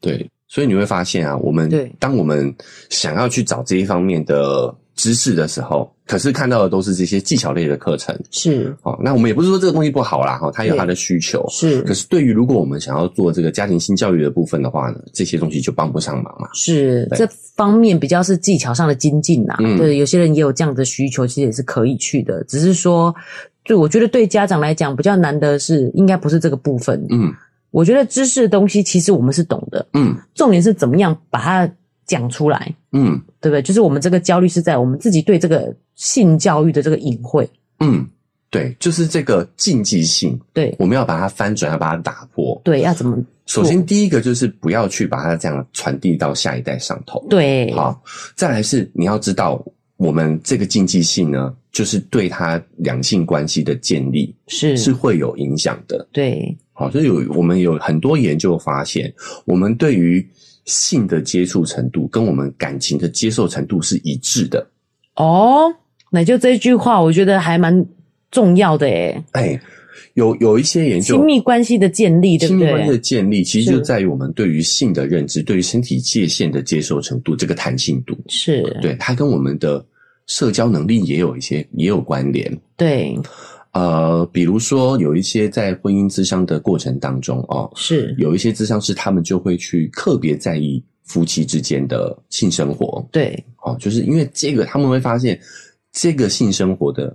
B: 对，所以你会发现啊，我们
A: 对
B: 当我们想要去找这一方面的知识的时候，可是看到的都是这些技巧类的课程。
A: 是
B: 哦，那我们也不是说这个东西不好啦，哈、它有它的需求。
A: 是
B: 可是对于如果我们想要做这个家庭性教育的部分的话呢，这些东西就帮不上忙嘛。
A: 是
B: 对
A: 这方面比较是技巧上的精进呐、
B: 嗯
A: 对，有些人也有这样的需求，其实也是可以去的。只是说，对我觉得对家长来讲比较难的是，应该不是这个部分。
B: 嗯
A: 我觉得知识的东西其实我们是懂的，
B: 嗯
A: 重点是怎么样把它讲出来，
B: 嗯
A: 对不对？就是我们这个焦虑是在我们自己对这个性教育的这个隐晦，
B: 嗯，对，就是这个禁忌性，
A: 对
B: 我们要把它翻转，要把它打破。
A: 对，要怎么
B: 首先，第一个就是不要去把它这样传递到下一代上头。
A: 对？
B: 好，再来是你要知道，我们这个禁忌性呢，就是对他两性关系的建立
A: 是
B: 是会有影响的。
A: 对
B: 好，所以有我们有很多研究发现，我们对于性的接触程度跟我们感情的接受程度是一致的。
A: 哦，那就这句话，我觉得还蛮重要的诶。
B: 哎，有有一些研究，
A: 亲密关系的建立，对
B: 亲
A: 不
B: 密
A: 对？
B: 关系的建立，其实就是在于我们对于性的认知，对于身体界限的接受程度，这个弹性度，
A: 是
B: 对它跟我们的社交能力也有一些也有关联。
A: 对
B: 呃，比如说有一些在婚姻之商的过程当中哦，
A: 是，
B: 有一些智商师他们就会去特别在意夫妻之间的性生活
A: 对
B: 哦，就是因为这个他们会发现这个性生活的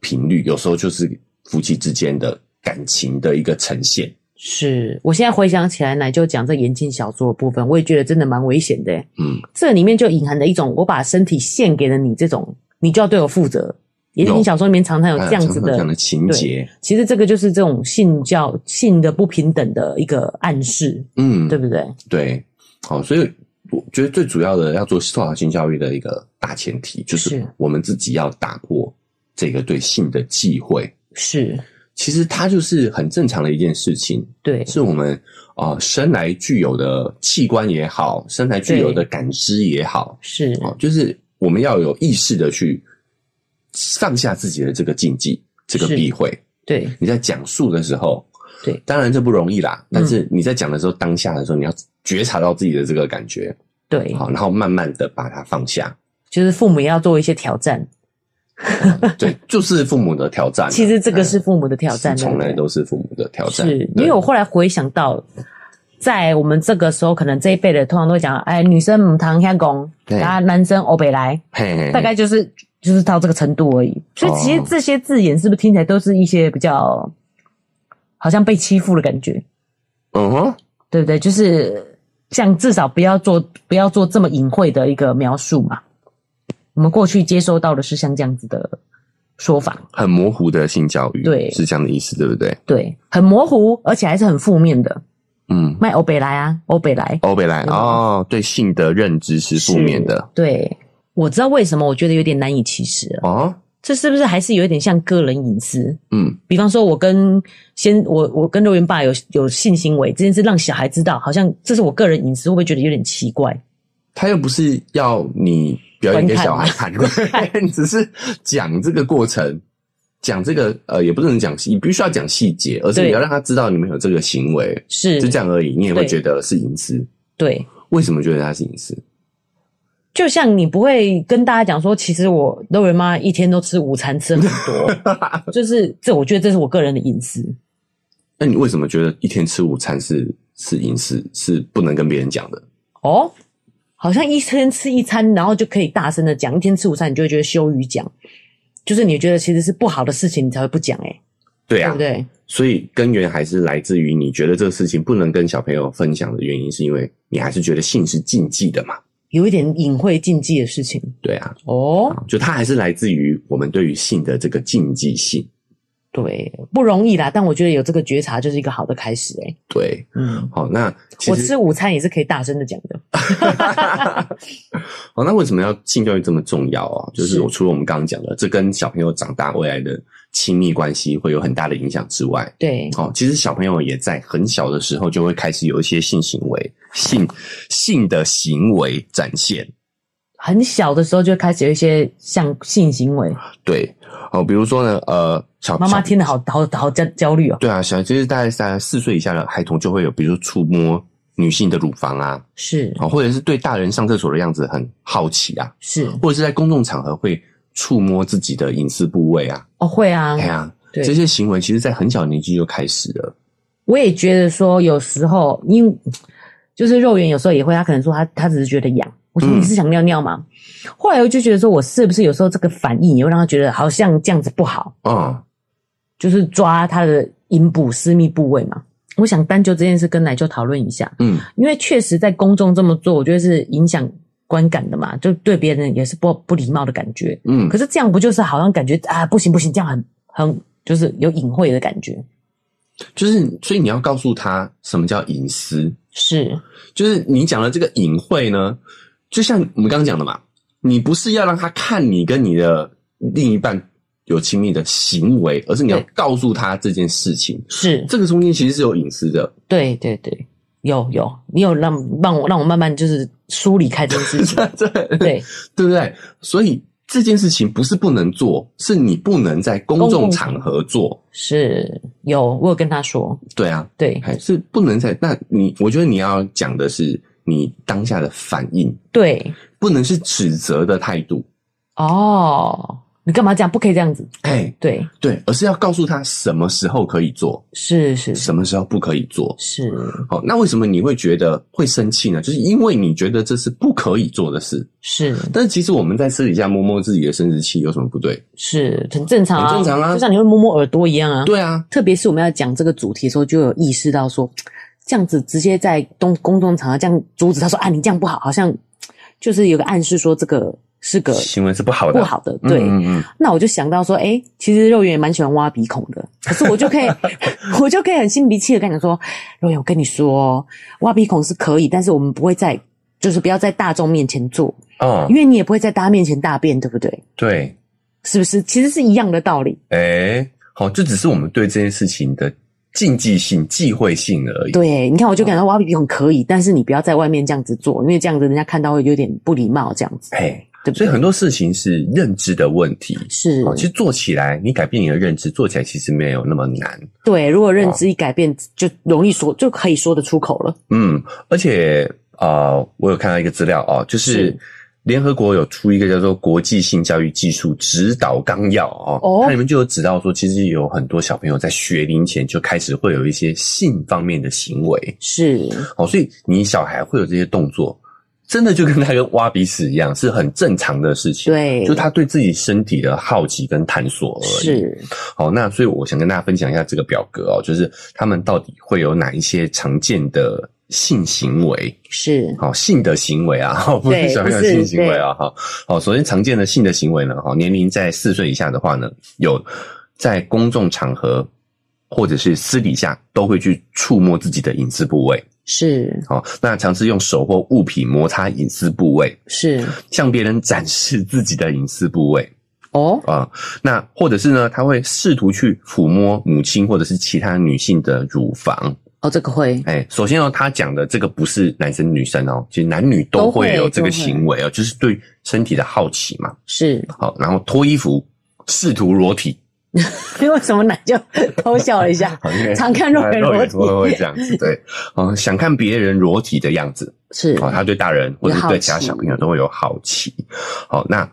B: 频率有时候就是夫妻之间的感情的一个呈现。
A: 是。我现在回想起来，奶就讲这言情小说的部分，我也觉得真的蛮危险的。
B: 嗯，
A: 这里面就隐含着一种我把身体献给了你这种，你就要对我负责，也是
B: 有
A: 你小说里面常常有呃这样子
B: 呃这
A: 的
B: 样的情节，
A: 其实这个就是这种性教性的不平等的一个暗示，
B: 嗯，
A: 对不对？
B: 对，好，所以我觉得最主要的要做做好性教育的一个大前提，就是
A: 是
B: 我们自己要打破这个对性的忌讳。
A: 是，
B: 其实它就是很正常的一件事情，
A: 对，
B: 是我们啊、呃生来具有的器官也好，生来具有的感知也好，
A: 是，
B: 哦，就是我们要有意识的去放下自己的这个禁忌、这个
A: 是
B: 避讳。
A: 对，
B: 你在讲述的时候，
A: 对嗯
B: 当然这不容易啦，但是你在讲的时候，当下的时候，你要觉察到自己的这个感觉，
A: 对，
B: 好，然后慢慢的把它放下。
A: 就是父母也要做一些挑战。
B: 对，就是父母的挑战啊。
A: 其实这个是父母的挑战，
B: 是从来
A: 对不对
B: 都是父母的挑战。
A: 是因
B: 对
A: 为我后来回想到，在我们这个时候，可能这一辈的通常都会讲，哎，女生母堂下拱，
B: 对
A: 然后男生欧北来，
B: 嘿嘿嘿
A: 大概就是就是到这个程度而已。所以其实
B: 哦
A: 这些字眼是不是听起来都是一些比较好像被欺负的感觉？
B: 嗯哼，
A: 对不对？就是像至少不要做不要做这么隐晦的一个描述嘛。我们过去接收到的是像这样子的说法，
B: 很模糊的性教育，
A: 对
B: 是这样的意思，对不对？
A: 对，很模糊，而且还是很负面的。
B: 嗯，
A: 卖欧北来啊，欧北来
B: 欧北来
A: 对
B: 哦，对性的认知是负面的。
A: 对，我知道为什么我觉得有点难以启齿了。
B: 哦，
A: 这是不是还是有一点像个人隐私？
B: 嗯，
A: 比方说，我跟先我我跟肉圆爸有有性行为这件事，让小孩知道，好像这是我个人隐私，会不会觉得有点奇怪？
B: 他又不是要你表演给小孩看， 你只是讲这个过程，讲这个呃，也不能讲细，你必须要讲细节，而是
A: 对
B: 你要让他知道你们有这个行为，
A: 是，
B: 就这样而已。你也会
A: 对
B: 觉得是隐私，
A: 对。
B: 为什么觉得它是隐私？
A: 就像你不会跟大家讲说，其实我肉圆妈一天都吃午餐吃很 多，就是这，我觉得这是我个人的隐私。
B: 那你为什么觉得一天吃午餐是是隐私，是不能跟别人讲的？
A: 哦，好像一天吃一餐，然后就可以大声的讲，一天吃午餐，你就会觉得羞于讲，就是你觉得其实是不好的事情，你才会不讲、欸，
B: 对
A: 对
B: 啊，
A: 不对？
B: 所以根源还是来自于你觉得这个事情不能跟小朋友分享的原因，是因为你还是觉得性是禁忌的嘛？
A: 有一点隐晦禁忌的事情
B: 对啊，
A: 哦，
B: 就它还是来自于我们对于性的这个禁忌性。
A: 对，不容易啦，但我觉得有这个觉察就是一个好的开始、欸，
B: 对，
A: 嗯，
B: 好，那其
A: 我
B: 实
A: 吃午餐也是可以大声的讲的，
B: 哦好，那为什么要性教育这么重要啊？就是
A: 是
B: 我除了我们刚刚讲的，这跟小朋友长大未来的亲密关系会有很大的影响之外，
A: 对，
B: 哦，其实小朋友也在很小的时候就会开始有一些性行为、性性的行为展现。
A: 很小的时候就开始有一些像性行为，
B: 对，哦，比如说呢，呃，小
A: 妈妈
B: 小
A: 听得好好好焦焦虑哦，
B: 对啊，小就是大概在四岁以下的孩童就会有，比如说触摸女性的乳房啊，
A: 是
B: 哦，或者是对大人上厕所的样子很好奇啊，
A: 是
B: 或者是在公众场合会触摸自己的隐私部位啊，
A: 哦，会啊
B: 哎，呀、
A: 对
B: 这些行为其实在很小的年纪就开始了。
A: 我也觉得说，有时候因就是肉圆有时候也会，他可能说他他只是觉得痒，我说
B: 嗯
A: 你是想尿尿吗？后来我就觉得说，我是不是有时候这个反应也会让他觉得好像这样子不好，
B: 嗯，
A: 就是抓他的阴部私密部位嘛。我想单就这件事跟奶就讨论一下，
B: 嗯，
A: 因为确实在公众这么做，我觉得是影响观感的嘛，就对别人也是不不礼貌的感觉。
B: 嗯
A: 可，是这样不就是好像感觉啊不行不行，这样很很就是有隐晦的感觉，
B: 就是所以你要告诉他什么叫隐私，
A: 是
B: 就是你讲的这个隐晦呢，就像我们刚刚讲的嘛，你不是要让他看你跟你的另一半有亲密的行为，而是你要
A: 对
B: 告诉他这件事情。
A: 是，
B: 这个中间其实是有隐私的，
A: 对对对，有有，你有让让我让我慢慢就是梳理开这件事情，
B: 对对
A: 对，
B: 不对？所以这件事情不是不能做，是你不能在公众
A: 公共
B: 场合做。
A: 是有，我有跟他说，
B: 对啊，
A: 对
B: 还是不能在那你，我觉得你要讲的是你当下的反应，
A: 对，
B: 不能是指责的态度。
A: 哦，你干嘛这样？不可以这样子，
B: 哎，
A: 对，
B: 对，而是要告诉他什么时候可以做，
A: 是是是
B: 什么时候不可以做。
A: 是，
B: 好，那为什么你会觉得会生气呢？就是因为你觉得这是不可以做的事，
A: 是
B: 但是其实我们在私底下摸摸自己的生殖器有什么不对？
A: 是很正常啊，
B: 很正常啊
A: 就像你会摸摸耳朵一样啊，
B: 对啊，
A: 特别是我们要讲这个主题的时候，就有意识到说，这样子直接在公公众场合这样阻止他说啊，你这样不好，好像就是有个暗示说这个是个
B: 行为是不好的，
A: 不好的，对。
B: 嗯嗯嗯
A: 那我就想到说，哎、其实肉圆也蛮喜欢挖鼻孔的，可是我就可以， 我就可以很心平气和跟你讲说，肉圆，我跟你说，哦挖鼻孔是可以，但是我们不会在，就是不要在大众面前做，
B: 哦
A: 因，为你也不会在大家面前大便，对不对？
B: 对，
A: 是不是？其实是一样的道理。
B: 哎、好，这只是我们对这件事情的禁忌性、忌讳性而已。
A: 对，你看，我就感
B: 嗯
A: 到挖鼻孔可以，但是你不要在外面这样子做，因为这样子人家看到会有点不礼貌，这样子，
B: 哎，
A: 对不
B: 所
A: 对
B: 以？很多事情是认知的问题。
A: 是
B: 哦，，其实做起来，你改变你的认知，做起来其实没有那么难。
A: 对。如果认知一改变，就容易说，就可以说得出口了。
B: 嗯，而且啊、呃我有看到一个资料哦，就是
A: 是
B: 联合国有出一个叫做《国际性教育技术指导纲要》哦，
A: 哦
B: 它里面就有指到说，其实有很多小朋友在学龄前就开始会有一些性方面的行为
A: 是，
B: 哦，所以你小孩会有这些动作，真的就跟他跟挖鼻屎一样，是很正常的事情。
A: 对，
B: 就他对自己身体的好奇跟探索而已。
A: 是
B: 好，那所以我想跟大家分享一下这个表格哦，就是他们到底会有哪一些常见的性行为，
A: 是
B: 好性的行为啊， 好不是
A: 对
B: 小朋友
A: 不
B: 的
A: 是
B: 性行为啊，哈，好，首先常见的性的行为呢，哈，年龄在四岁以下的话呢，有在公众场合或者是私底下都会去触摸自己的隐私部位，
A: 是
B: 好，哦那尝试用手或物品摩擦隐私部位，
A: 是
B: 向别人展示自己的隐私部位，
A: 哦，
B: 啊、那或者是呢，他会试图去抚摸母亲或者是其他女性的乳房。
A: 哦，这个会
B: 哎，首先哦，他讲的这个不是男生女生哦，其实男女都
A: 都
B: 会
A: 会
B: 有这
A: 都
B: 个
A: 会
B: 行为哦，就是对身体的好奇嘛。
A: 是，
B: 好，然后脱衣服，试图裸体，
A: 为什么奶就偷笑了一下？
B: 好因为
A: 常看肉人裸体
B: 会会这样 子，对，嗯、想看别人裸体的样子，
A: 是
B: 哦，他对大人或者是
A: 有好
B: 对其他小朋友都会有好奇。好，那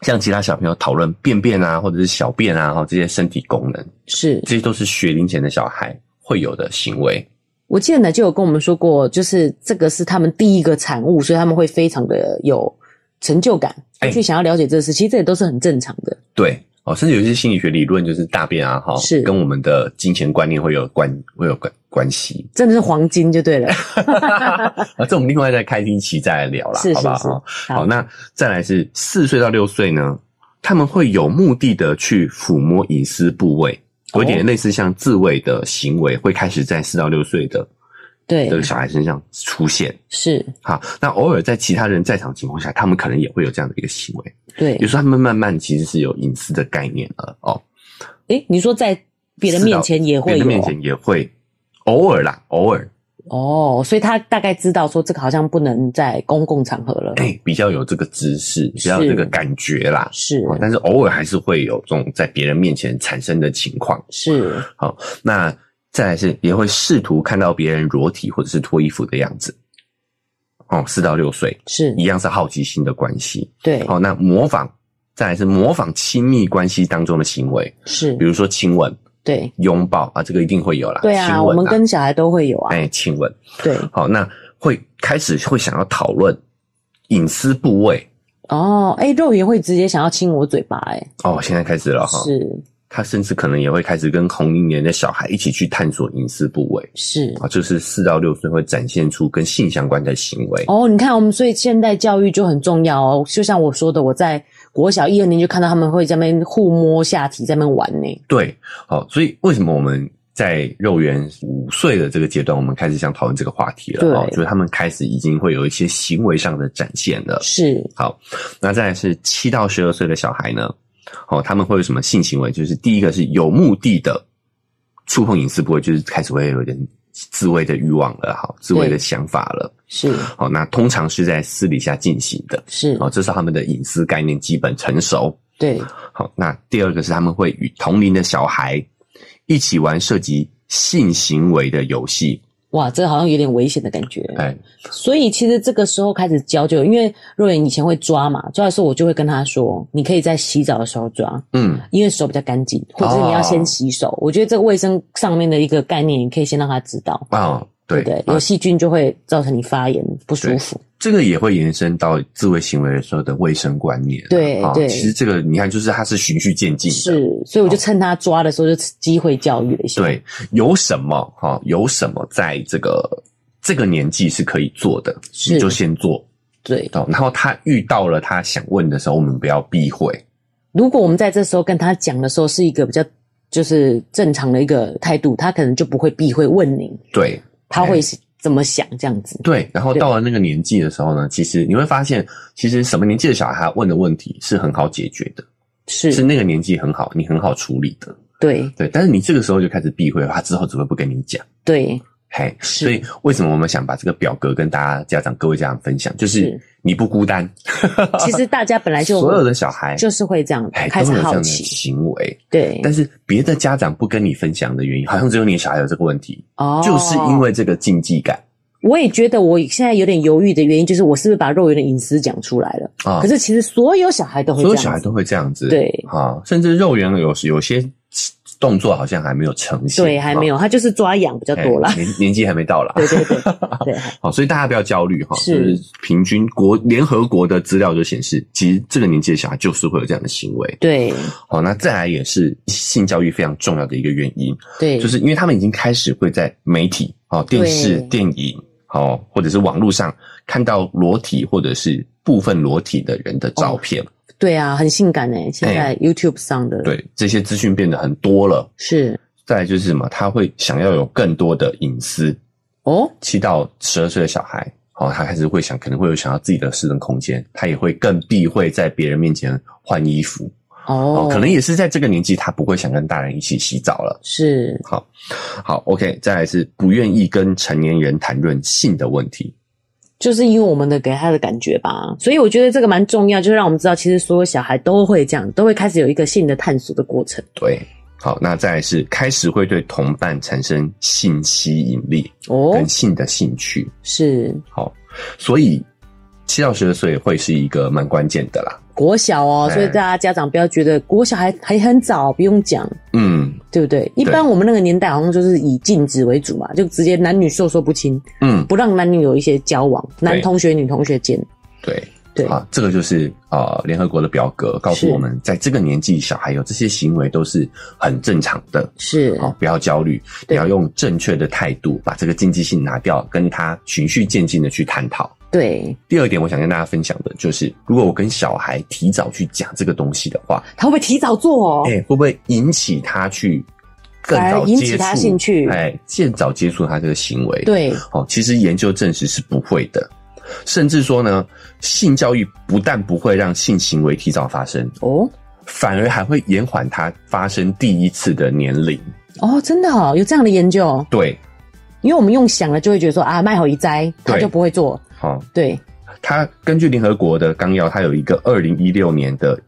B: 像其他小朋友讨论便便啊，或者是小便啊，哦，这些身体功能。
A: 是，
B: 这些都是学龄前的小孩会有的行为。
A: 我记得奶就有跟我们说过，就是这个是他们第一个产物，所以他们会非常的有成就感，
B: 哎
A: 去想要了解这事，其实这也都是很正常的。
B: 对，哦，甚至有一些心理学理论，就是大便啊，哈，
A: 是
B: 跟我们的金钱观念会有关，会有关关系。
A: 真的是黄金就对了，
B: 哎啊，这我们另外再开一期再来聊啦，
A: 是
B: 好
A: 是
B: 不好？
A: 是
B: 哦好，那再来是四岁到六岁呢，他们会有目的的去抚摸隐私部位，
A: 哦
B: 有一点类似像自慰的行为，会开始在四到六岁的
A: 对
B: 的小孩身上出现。
A: 是，
B: 好，那偶尔在其他人在场情况下，他们可能也会有这样的一个行为。
A: 对
B: 比如。说他们慢慢其实是有隐私的概念了哦，
A: 诶，你说在别人面前也
B: 别
A: 会
B: 人面
A: 有
B: 前也会偶尔啦，偶尔
A: 哦，所以他大概知道说这个好像不能在公共场合了，
B: 哎、比较有这个知识，比较有这个感觉啦。
A: 是
B: 哦但是偶尔还是会有这种在别人面前产生的情况。
A: 是
B: 那再来是也会试图看到别人裸体或者是脱衣服的样子。哦，四到六岁
A: 是
B: 一，样是好奇心的关系。
A: 对
B: 哦，那模仿，再来是模仿亲密关系当中的行为，
A: 是
B: 比，如说亲吻、
A: 对
B: 拥抱啊，这个一定会有啦。
A: 对
B: 亲
A: 啊，
B: 吻
A: 我们跟小孩都会有啊，
B: 哎亲吻。
A: 对
B: 好，那会开始会想要讨论隐私部位
A: 哦，哎，肉圆会直接想要亲我嘴巴，哎，
B: 哦，现在开始了哈。
A: 是
B: 他甚至可能也会开始跟同龄年的小孩一起去探索隐私部位
A: 是
B: 啊，就是四到六岁会展现出跟性相关的行为。
A: 哦，你看我们所以现代教育就很重要哦，就像我说的，我在国小一二年就看到他们会在那边互摸下体，在那边玩呢，
B: 对，好，所以为什么我们在肉圆五岁的这个阶段，我们开始想讨论这个话题
A: 对
B: 了？哦，就是他们开始已经会有一些行为上的展现了。
A: 是
B: 那再来是七到十二岁的小孩呢，哦，他们会有什么性行为？就是第一个是有目的的触碰隐私部位，就是开始会有点自慰的欲望了，好，自慰的
A: 对
B: 想法了，
A: 是
B: 好，哦那通常是在私底下进行的，
A: 是，
B: 哦，这是他们的隐私概念基本成熟。
A: 对
B: 好，那第二个是他们会与同龄的小孩一起玩涉及性行为的游戏，
A: 哇，这好像有点危险的感觉，
B: 哎，
A: 所以其实这个时候开始教就有，因为若妍以前会抓嘛，抓的时候我就会跟她说，你可以在洗澡的时候抓，
B: 嗯，
A: 因为手比较干净，或者是你要先洗手。
B: 哦
A: 我觉得这个卫生上面的一个概念，你可以先让她知道，
B: 哦，
A: 对
B: 对
A: 不对？
B: 啊
A: 有细菌就会造成你发炎不舒服，
B: 这个也会延伸到自卫行为的时候的卫生观念啊。
A: 对
B: 啊
A: 对
B: 其实这个你看，就是它是循序渐进的。
A: 是，所以我就趁她抓的时候就机会教育了一下，
B: 哦对，有什么哈、有什么在这个这个年纪是可以做的，
A: 是
B: 你就先做。
A: 对，
B: 懂。哦然后他遇到了他想问的时候，我们不要避讳。
A: 如果我们在这时候跟他讲的时候是一个比较就是正常的一个态度，他可能就不会避讳问您，
B: 对
A: 他
B: 哎
A: 会怎么想这样子。
B: 对。然后
A: 对
B: 到了那个年纪的时候呢，其实你会发现，其实什么年纪的小孩问的问题是很好解决的，
A: 是，
B: 是那个年纪很好，你很好处理的。
A: 对
B: 对，但是你这个时候就开始避讳，他之后只会不跟你讲。
A: 对
B: 嘿，
A: 是
B: 所以为什么我们想把这个表格跟大家家长、各位家长分享，就是
A: 是
B: 你不孤单。
A: 其实大 家本来就
B: 啊所有的小孩
A: 就是会这样
B: 哎，
A: 开始
B: 都会有这样
A: 好
B: 的
A: 奇，
B: 行为，
A: 对，
B: 但是别的家长不跟你分享的原因，好像只有你的小孩有这个问题，
A: 哦
B: 就是因为这个禁忌感
A: 我也觉得我现在有点犹豫的原因，就是我是不是把肉圆的隐私讲出来了？
B: 啊
A: 可。是其实所有小孩都会这
B: 所有
A: 样，
B: 小孩都会这样子，
A: 对
B: 啊，甚至肉圆有有些动作好像还没有成型，
A: 对还没有，他就是抓痒比较
B: 啊哎
A: 多啦。
B: 年年纪还没到啦。
A: 对对对对，
B: 好，所以大家不要焦虑哈，就是是平均国联合国的资料就显示，其实这个年纪的小孩就是会有这样的行为。
A: 对
B: 好，那再来也是性教育非常重要的一个原因，
A: 对，
B: 就是因为他们已经开始会在媒体、哦电视、
A: 对
B: 电影、哦或者是网络上看到裸体或者是部分裸体的人的照片，
A: 对啊，很性感哎、现在 YouTube 上的、
B: 对这些资讯变得很多了。
A: 是
B: 再来就是什么，他会想要有更多的隐私。
A: 哦，
B: 七到十二岁的小孩，哦，他开始会想，可能会有想要自己的私人空间，他也会更避讳在别人面前换衣服。
A: 哦
B: 哦，，可能也是在这个年纪，他不会想跟大人一起洗澡了。
A: 是
B: 好，好，OK，再来是不愿意跟成年人谈论性的问题。
A: 就是因为我们的给他的感觉吧，所以我觉得这个蛮重要，就是让我们知道，其实所有小孩都会这样，都会开始有一个性的探索的过程。
B: 对，好，那再来是开始会对同伴产生性吸引力
A: 哦
B: 跟，性的兴趣。
A: 是
B: 好，所以七到十二岁会是一个蛮关键的啦。
A: 国小哦，
B: 哎
A: 所以大家家长不要觉得国小还还很早，不用讲，
B: 嗯
A: 对不对？一般我们那个年代好像就是以禁止为主嘛，就直接男女授受不亲，
B: 嗯，
A: 不让男女有一些交往，男同学女同学间，
B: 对。
A: 对
B: 啊，这个就是呃，联合国的表格告诉
A: 是
B: 我们，在这个年纪，小孩有这些行为都是很正常的。
A: 是
B: 好、不要焦虑，你
A: 对
B: 要用正确的态度把这个禁忌性拿掉，跟他循序渐进的去探讨。
A: 对，
B: 第二点，我想跟大家分享的就是，如果我跟小孩提早去讲这个东西的话，
A: 他会不会提早做哦？
B: 哎、会不会引起他去更
A: 反而
B: 早
A: 引
B: 接
A: 起
B: 触？
A: 他兴趣
B: 哎、更早接触他这个行为。，
A: 对，
B: 哦，其实研究证实是不会的，甚至说呢，性教育不但不会让性行为提早发生，
A: 哦
B: 反而还会延缓他发生第一次的年龄。
A: 哦，真的哦，有这样的研究哦，
B: 对，
A: 因为我们用想了就会觉得说啊，卖好一摘，他
B: 对
A: 就不会做，
B: 好、
A: 对，
B: 哦它根据联合国的纲要，它有一个二零一六年的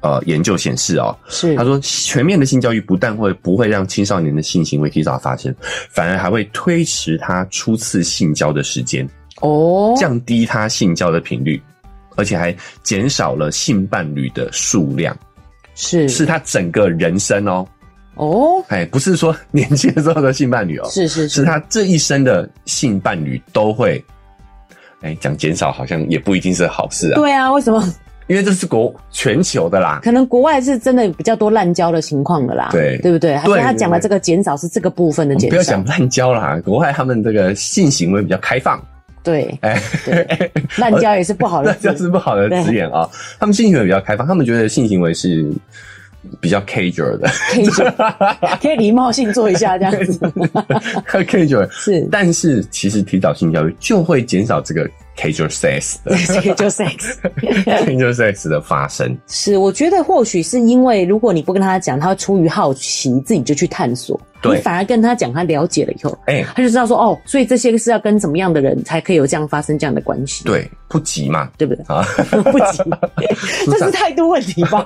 B: 呃研究显示哦，
A: 是
B: 他说全面的性教育不但会不会让青少年的性行为提早发生，反而还会推迟他初次性交的时间，
A: 哦，
B: 降低他性交的频率。而且还减少了性伴侣的数量，
A: 是
B: 是他整个人生哦，
A: 哦，
B: 哎，不是说年轻的时候的性伴侣哦，
A: 是是
B: 是
A: 是，
B: 他这一生的性伴侣都会，哎，讲减少好像也不一定是好事啊，
A: 对啊，为什么？
B: 因为这是国全球的啦。
A: 可能国外是真的比较多滥交的情况了啦，
B: 对
A: 对不对？还
B: 对
A: 是
B: 对
A: 他讲的这个减少是这个部分的
B: 我们
A: 减
B: 不要
A: 少
B: 讲，滥交啦，国外他们这个性行为比较开放，
A: 对，
B: 哎，
A: 对滥交也是不好的
B: 滥
A: 字，
B: 交是不好的字眼啊、 他们性行为比较开放，他们觉得性行为是比较 casual 的
A: 可以讲可以礼貌性做一下这样子，
B: ，casual。
A: 是
B: 但是其实提早性教育就会减少这个 casual sex 的
A: 所以就 sex。
B: casual sex 的发生。
A: 是，我觉得或许是因为如果你不跟他讲，他会出于好奇自己就去探索，
B: 对
A: 你反而跟他讲，他了解了以后，
B: 哎、
A: 他就知道说哦，所以这些是要跟怎么样的人才可以有这样发生这样的关系，
B: 对，不急嘛，
A: 对 不对？
B: 啊， 啊
A: 不急，这是态度问题吧，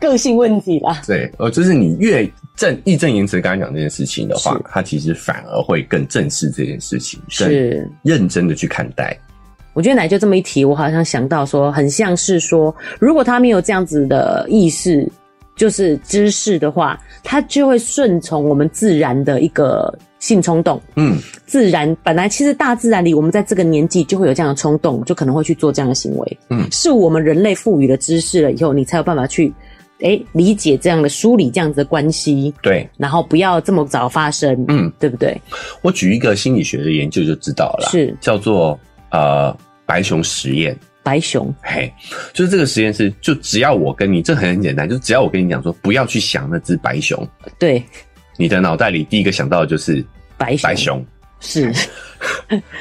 A: 个性问题啦，
B: 对，呃，就是你越正义正言辞跟他讲这件事情的话
A: 是，
B: 他其实反而会更正视这件事情，更
A: 是。
B: 认真的去看待。
A: 我觉得奶就这么一提，我好像想到说，很像是说，如果他没有这样子的意识，就是知识的话，他就会顺从我们自然的一个性冲动。
B: 嗯，
A: 自然本来其实大自然里，我们在这个年纪就会有这样的冲动，就可能会去做这样的行为。
B: 嗯
A: 是我们人类赋予了知识了以后，你才有办法去哎理解这样的梳理这样子的关系，
B: 对，
A: 然后不要这么早发生，
B: 嗯，
A: 对不对？
B: 我举一个心理学的研究就知道了啦，
A: 是
B: 叫做呃白熊实验，
A: 白熊，
B: 嘿，就是这个实验室，就只要我跟你，这很很简单，就只要我跟你讲说不要去想那只白熊，
A: 对，
B: 你的脑袋里第一个想到的就是
A: 白熊，
B: 白熊，
A: 是。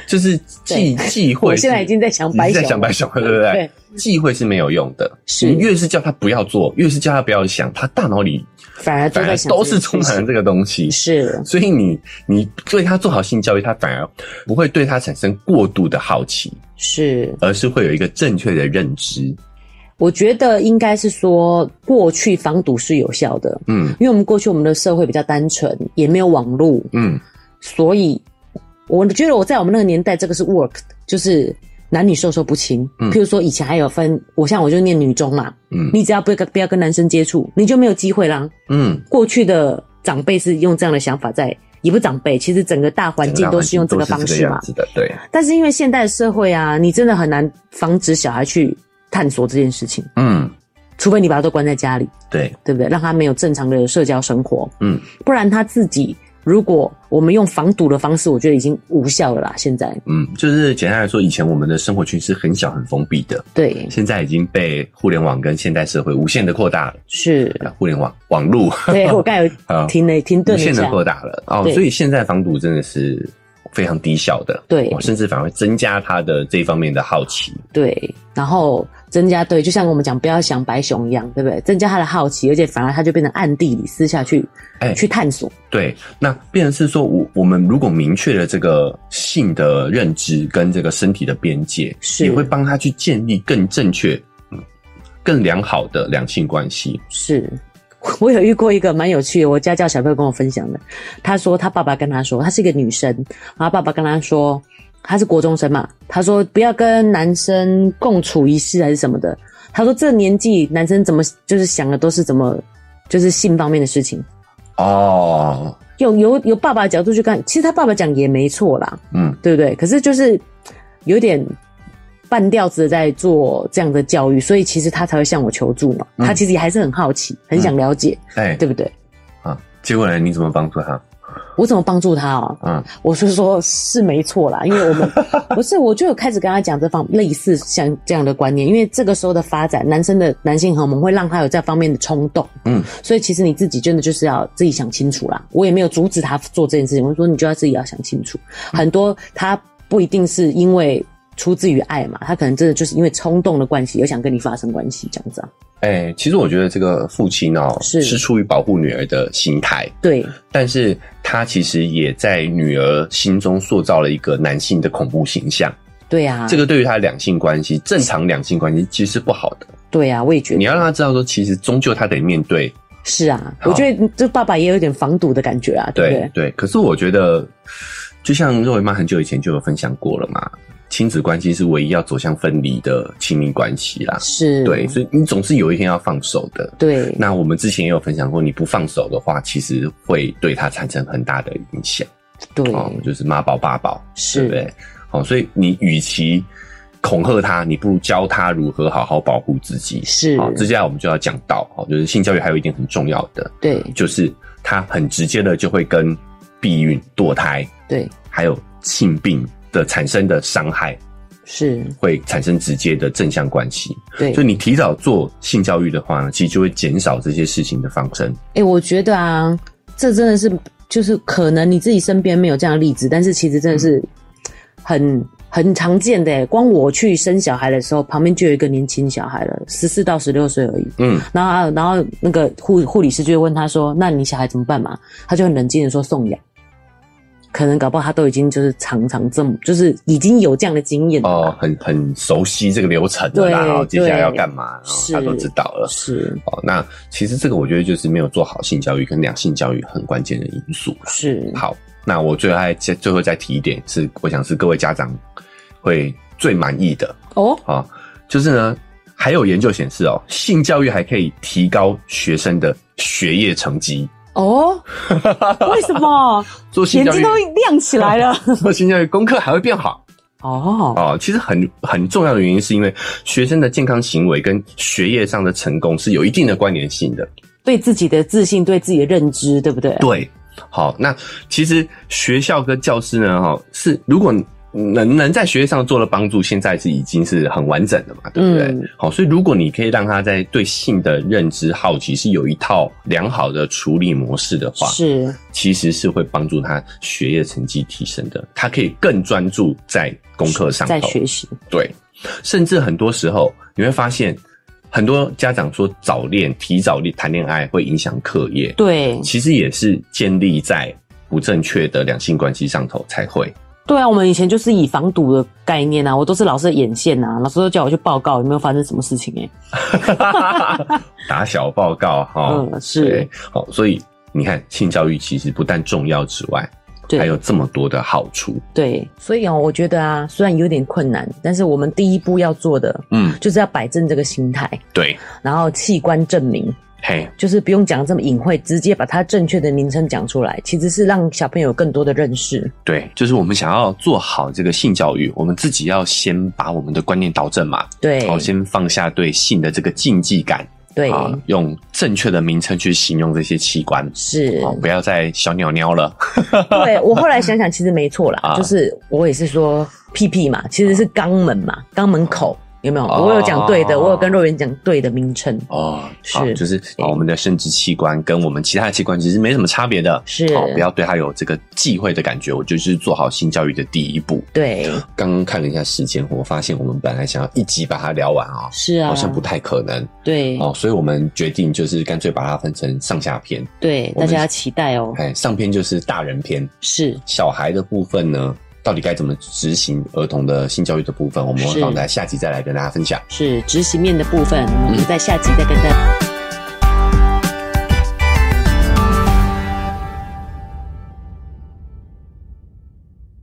B: 就是 忌忌讳
A: 我
B: 是。
A: 现在已经在想白
B: 你
A: 熊
B: 在
A: 了，
B: 想白熊了，对不对？忌讳是没有用的，
A: 是
B: 你越是叫他不要做，越是叫他不要想，他大脑里
A: 反而都
B: 反
A: 在
B: 而
A: 想
B: 都
A: 这
B: 是
A: 件
B: 充
A: 事
B: 满了
A: 情
B: 这个东西。
A: 是
B: 所以你你对他做好性教育，他反而不会对他产生过度的好奇，
A: 是，
B: 而是会有一个正确的认知。
A: 我觉得应该是说过去防堵是有效的，
B: 嗯
A: 因为我们过去我们的社会比较单纯，也没有网络，
B: 嗯，
A: 所以我觉得我在我们那个年代，这个是 work，的就是男女授受不亲。
B: 嗯
A: 譬如说以前还有分，我像我就念女中嘛，
B: 嗯
A: 你只要不要跟不要跟男生接触，你就没有机会啦。
B: 嗯，
A: 过去的长辈是用这样的想法在，也不是长辈，其实整个大环境都是用这个方
B: 整
A: 式
B: 个
A: 嘛
B: 环。境都是这个样子的，对，
A: 但是因为现代社会啊，你真的很难防止小孩去探索这件事情，
B: 嗯
A: 除非你把他都关在家里，
B: 对，
A: 对不对？让他没有正常的社交生活，
B: 嗯
A: 不然他自己如果我们用防堵的方式，我觉得已经无效了啦。现在
B: 嗯，就是简单来说，以前我们的生活圈是很小很封闭的，
A: 对，
B: 现在已经被互联网跟现代社会无限的扩大了。
A: 是，
B: 啊互联网网络
A: 对我刚才有
B: 好
A: 停了停
B: 无
A: 顿了一
B: 限的
A: 下，
B: 扩大了哦，
A: 对
B: 所以现在防堵真的是非常低效的，
A: 对
B: 哦甚至反而会增加他的这一方面的好奇，
A: 对，然后增加对，就像我们讲不要想白熊一样，对不对？增加他的好奇，而且反而他就变成暗地里私下去、
B: 哎
A: 去探索，
B: 对，那变成是说我我们如果明确了这个性的认知跟这个身体的边界，
A: 是
B: 也会帮他去建立更正确、嗯更良好的两性关系。
A: 是。 我有遇过一个蛮有趣的，我家教小朋友跟我分享的。他说他爸爸跟他说，她是一个女生，然后爸爸跟他说，她是国中生嘛，他说不要跟男生共处一室还是什么的。他说这年纪男生怎么就是想的都是怎么就是性方面的事情。
B: 哦，
A: 有有有爸爸的角度去看，其实他爸爸讲也没错啦，
B: 嗯，
A: 对不对？可是就是有点半吊子地在做这样的教育，所以其实他才会向我求助嘛。
B: 嗯
A: 他其实还是很好奇，很想了解，
B: 哎、
A: 对不对？
B: 啊，结果呢？你怎么帮助他？
A: 我怎么帮助他哦？
B: 嗯
A: 我是说，是没错啦，因为 我们不是，我就有开始跟他讲这方类似像这样的观念，因为这个时候的发展，男生的男性荷尔蒙会让他有这方面的冲动，
B: 嗯，
A: 所以其实你自己真的就是要自己想清楚啦。我也没有阻止他做这件事情，我说你就要自己要想清楚，
B: 嗯
A: 很多他不一定是因为出自于爱嘛，他可能真的就是因为冲动的关系而想跟你发生关系这样子啊，
B: 哎、其实我觉得这个父亲哦，
A: 是
B: 是出于保护女儿的心态，
A: 对，
B: 但是他其实也在女儿心中塑造了一个男性的恐怖形象，
A: 对啊，
B: 这个对于他的两性关系，正常两性关系其实是不好的。
A: 对啊，我也觉
B: 你
A: 得
B: 要让他知道说，其实终究他得面对，
A: 是啊，
B: 好
A: 我觉得这爸爸也有点防堵的感觉啊，对不
B: 对
A: 对？
B: 对。可是我觉得，就像肉圆妈很久以前就有分享过了嘛，亲子关系是唯一要走向分离的亲密关系啦。
A: 是，
B: 对，所以你总是有一天要放手的。
A: 对，
B: 那我们之前也有分享过，你不放手的话，其实会对他产生很大的影响
A: 对，
B: 哦，就是妈宝爸宝。对
A: 是，
B: 不对？好、所以你与其恐吓他，你不如教他如何好好保护自己。
A: 是，
B: 好、接下来我们就要讲到，好、就是性教育还有一点很重要的，
A: 对
B: 就是它很直接的就会跟避孕、堕胎，
A: 对
B: 还有性病的产生的伤害
A: 是，
B: 会产生直接的正向关系。
A: 对
B: 所以。你提早做性教育的话呢，其实就会减少这些事情的发生。嗯
A: 哎，我觉得啊，这真的是就是可能你自己身边没有这样的例子，但是其实真的
B: 嗯
A: 是很很常见的耶。光我去生小孩的时候，旁边就有一个年轻小孩了，十四到十六岁而已。
B: 嗯，
A: 然后啊，然后那个护护理师就会问他说：“那你小孩怎么办嘛？”他就很冷静的说：“送养。”可能搞不好他都已经就是常常这么，就是已经有这样的经验了
B: 哦
A: 吧，
B: 很很熟悉这个流程了啦，
A: 对
B: 然后接下来
A: 对
B: 要干嘛，然后
A: 是
B: 他都知道了。
A: 是
B: 哦，那其实这个我觉得就是没有做好性教育跟两性教育很关键的因素。
A: 是，
B: 好，那我最后再最后再提一点是，我想是各位家长会最满意的
A: 哦，
B: 啊、哦就是呢，还有研究显示哦，性教育还可以提高学生的学业成绩。
A: 哦，为什么
B: 做性
A: 眼
B: 教
A: 睛
B: 育，
A: 都亮起来了？
B: 做性教育功课还会变好
A: 哦，
B: 哦。其实很很重要的原因是因为学生的健康行为跟学业上的成功是有一定的关联性的。
A: 对自己的自信，对自己的认知，对不对？
B: 对，好，那其实学校跟教师呢，哈，是如果能能在学业上做了帮助，现在是已经是很完整的嘛，对不对？
A: 嗯
B: 好，所以如果你可以让他在对性的认知、好奇是有一套良好的处理模式的话，
A: 是
B: 其实是会帮助他学业成绩提升的，他可以更专注在功课上头，
A: 在学习，
B: 对，甚至很多时候你会发现，很多家长说早恋、提早恋谈恋爱会影响课业，
A: 对
B: 其实也是建立在不正确的两性关系上头才 会。
A: 对啊，我们以前就是以防堵的概念啊，我都是老师的眼线啊，老师都叫我去报告有没有发生什么事情哎、
B: 打小报告哈、
A: 嗯是
B: 对好，所以你看性教育其实不但重要之外，
A: 对
B: 还有这么多的好处。
A: 对，所以啊、我觉得啊，虽然有点困难，但是我们第一步要做的
B: 嗯，
A: 就是要摆正这个心态，
B: 对，
A: 然后器官证明，
B: 嘿，
A: 就是不用讲这么隐晦，直接把它正确的名称讲出来，其实是让小朋友有更多的认识。
B: 对，就是我们想要做好这个性教育，我们自己要先把我们的观念导正嘛，
A: 对，
B: 好，先放下对性的这个禁忌感
A: 对，
B: 啊，用正确的名称去形容这些器官。
A: 是，
B: 哦，不要再小鸟鸟了。
A: 对我后来想想，其实没错啦，
B: 啊
A: 就是我也是说屁屁嘛，其实是肛门
B: 啊
A: 嘛，肛门口有没有？我有讲对的，我有跟肉圆讲对的名称，
B: 哦，好
A: 是
B: 就是
A: 嗯
B: 哦我们的生殖器官跟我们其他的器官其实没什么差别的，
A: 是
B: 好，不要对它有这个忌讳的感觉。我觉得就是做好性教育的第一步。
A: 对，
B: 刚刚看了一下时间，我发现我们本来想要一集把它聊完啊、
A: 是啊，
B: 好像不太可能
A: 对
B: 哦，所以我们决定就是干脆把它分成上下篇。
A: 对，
B: 我
A: 大
B: 们
A: 家要期待哦，
B: 哎，上篇就是大人篇，
A: 是
B: 小孩的部分呢，到底该怎么执行儿童的性教育的部分，我们
A: 是
B: 会放在下集再来跟大家分享。嗯
A: 是执行面的部分，我们在下集再跟大家。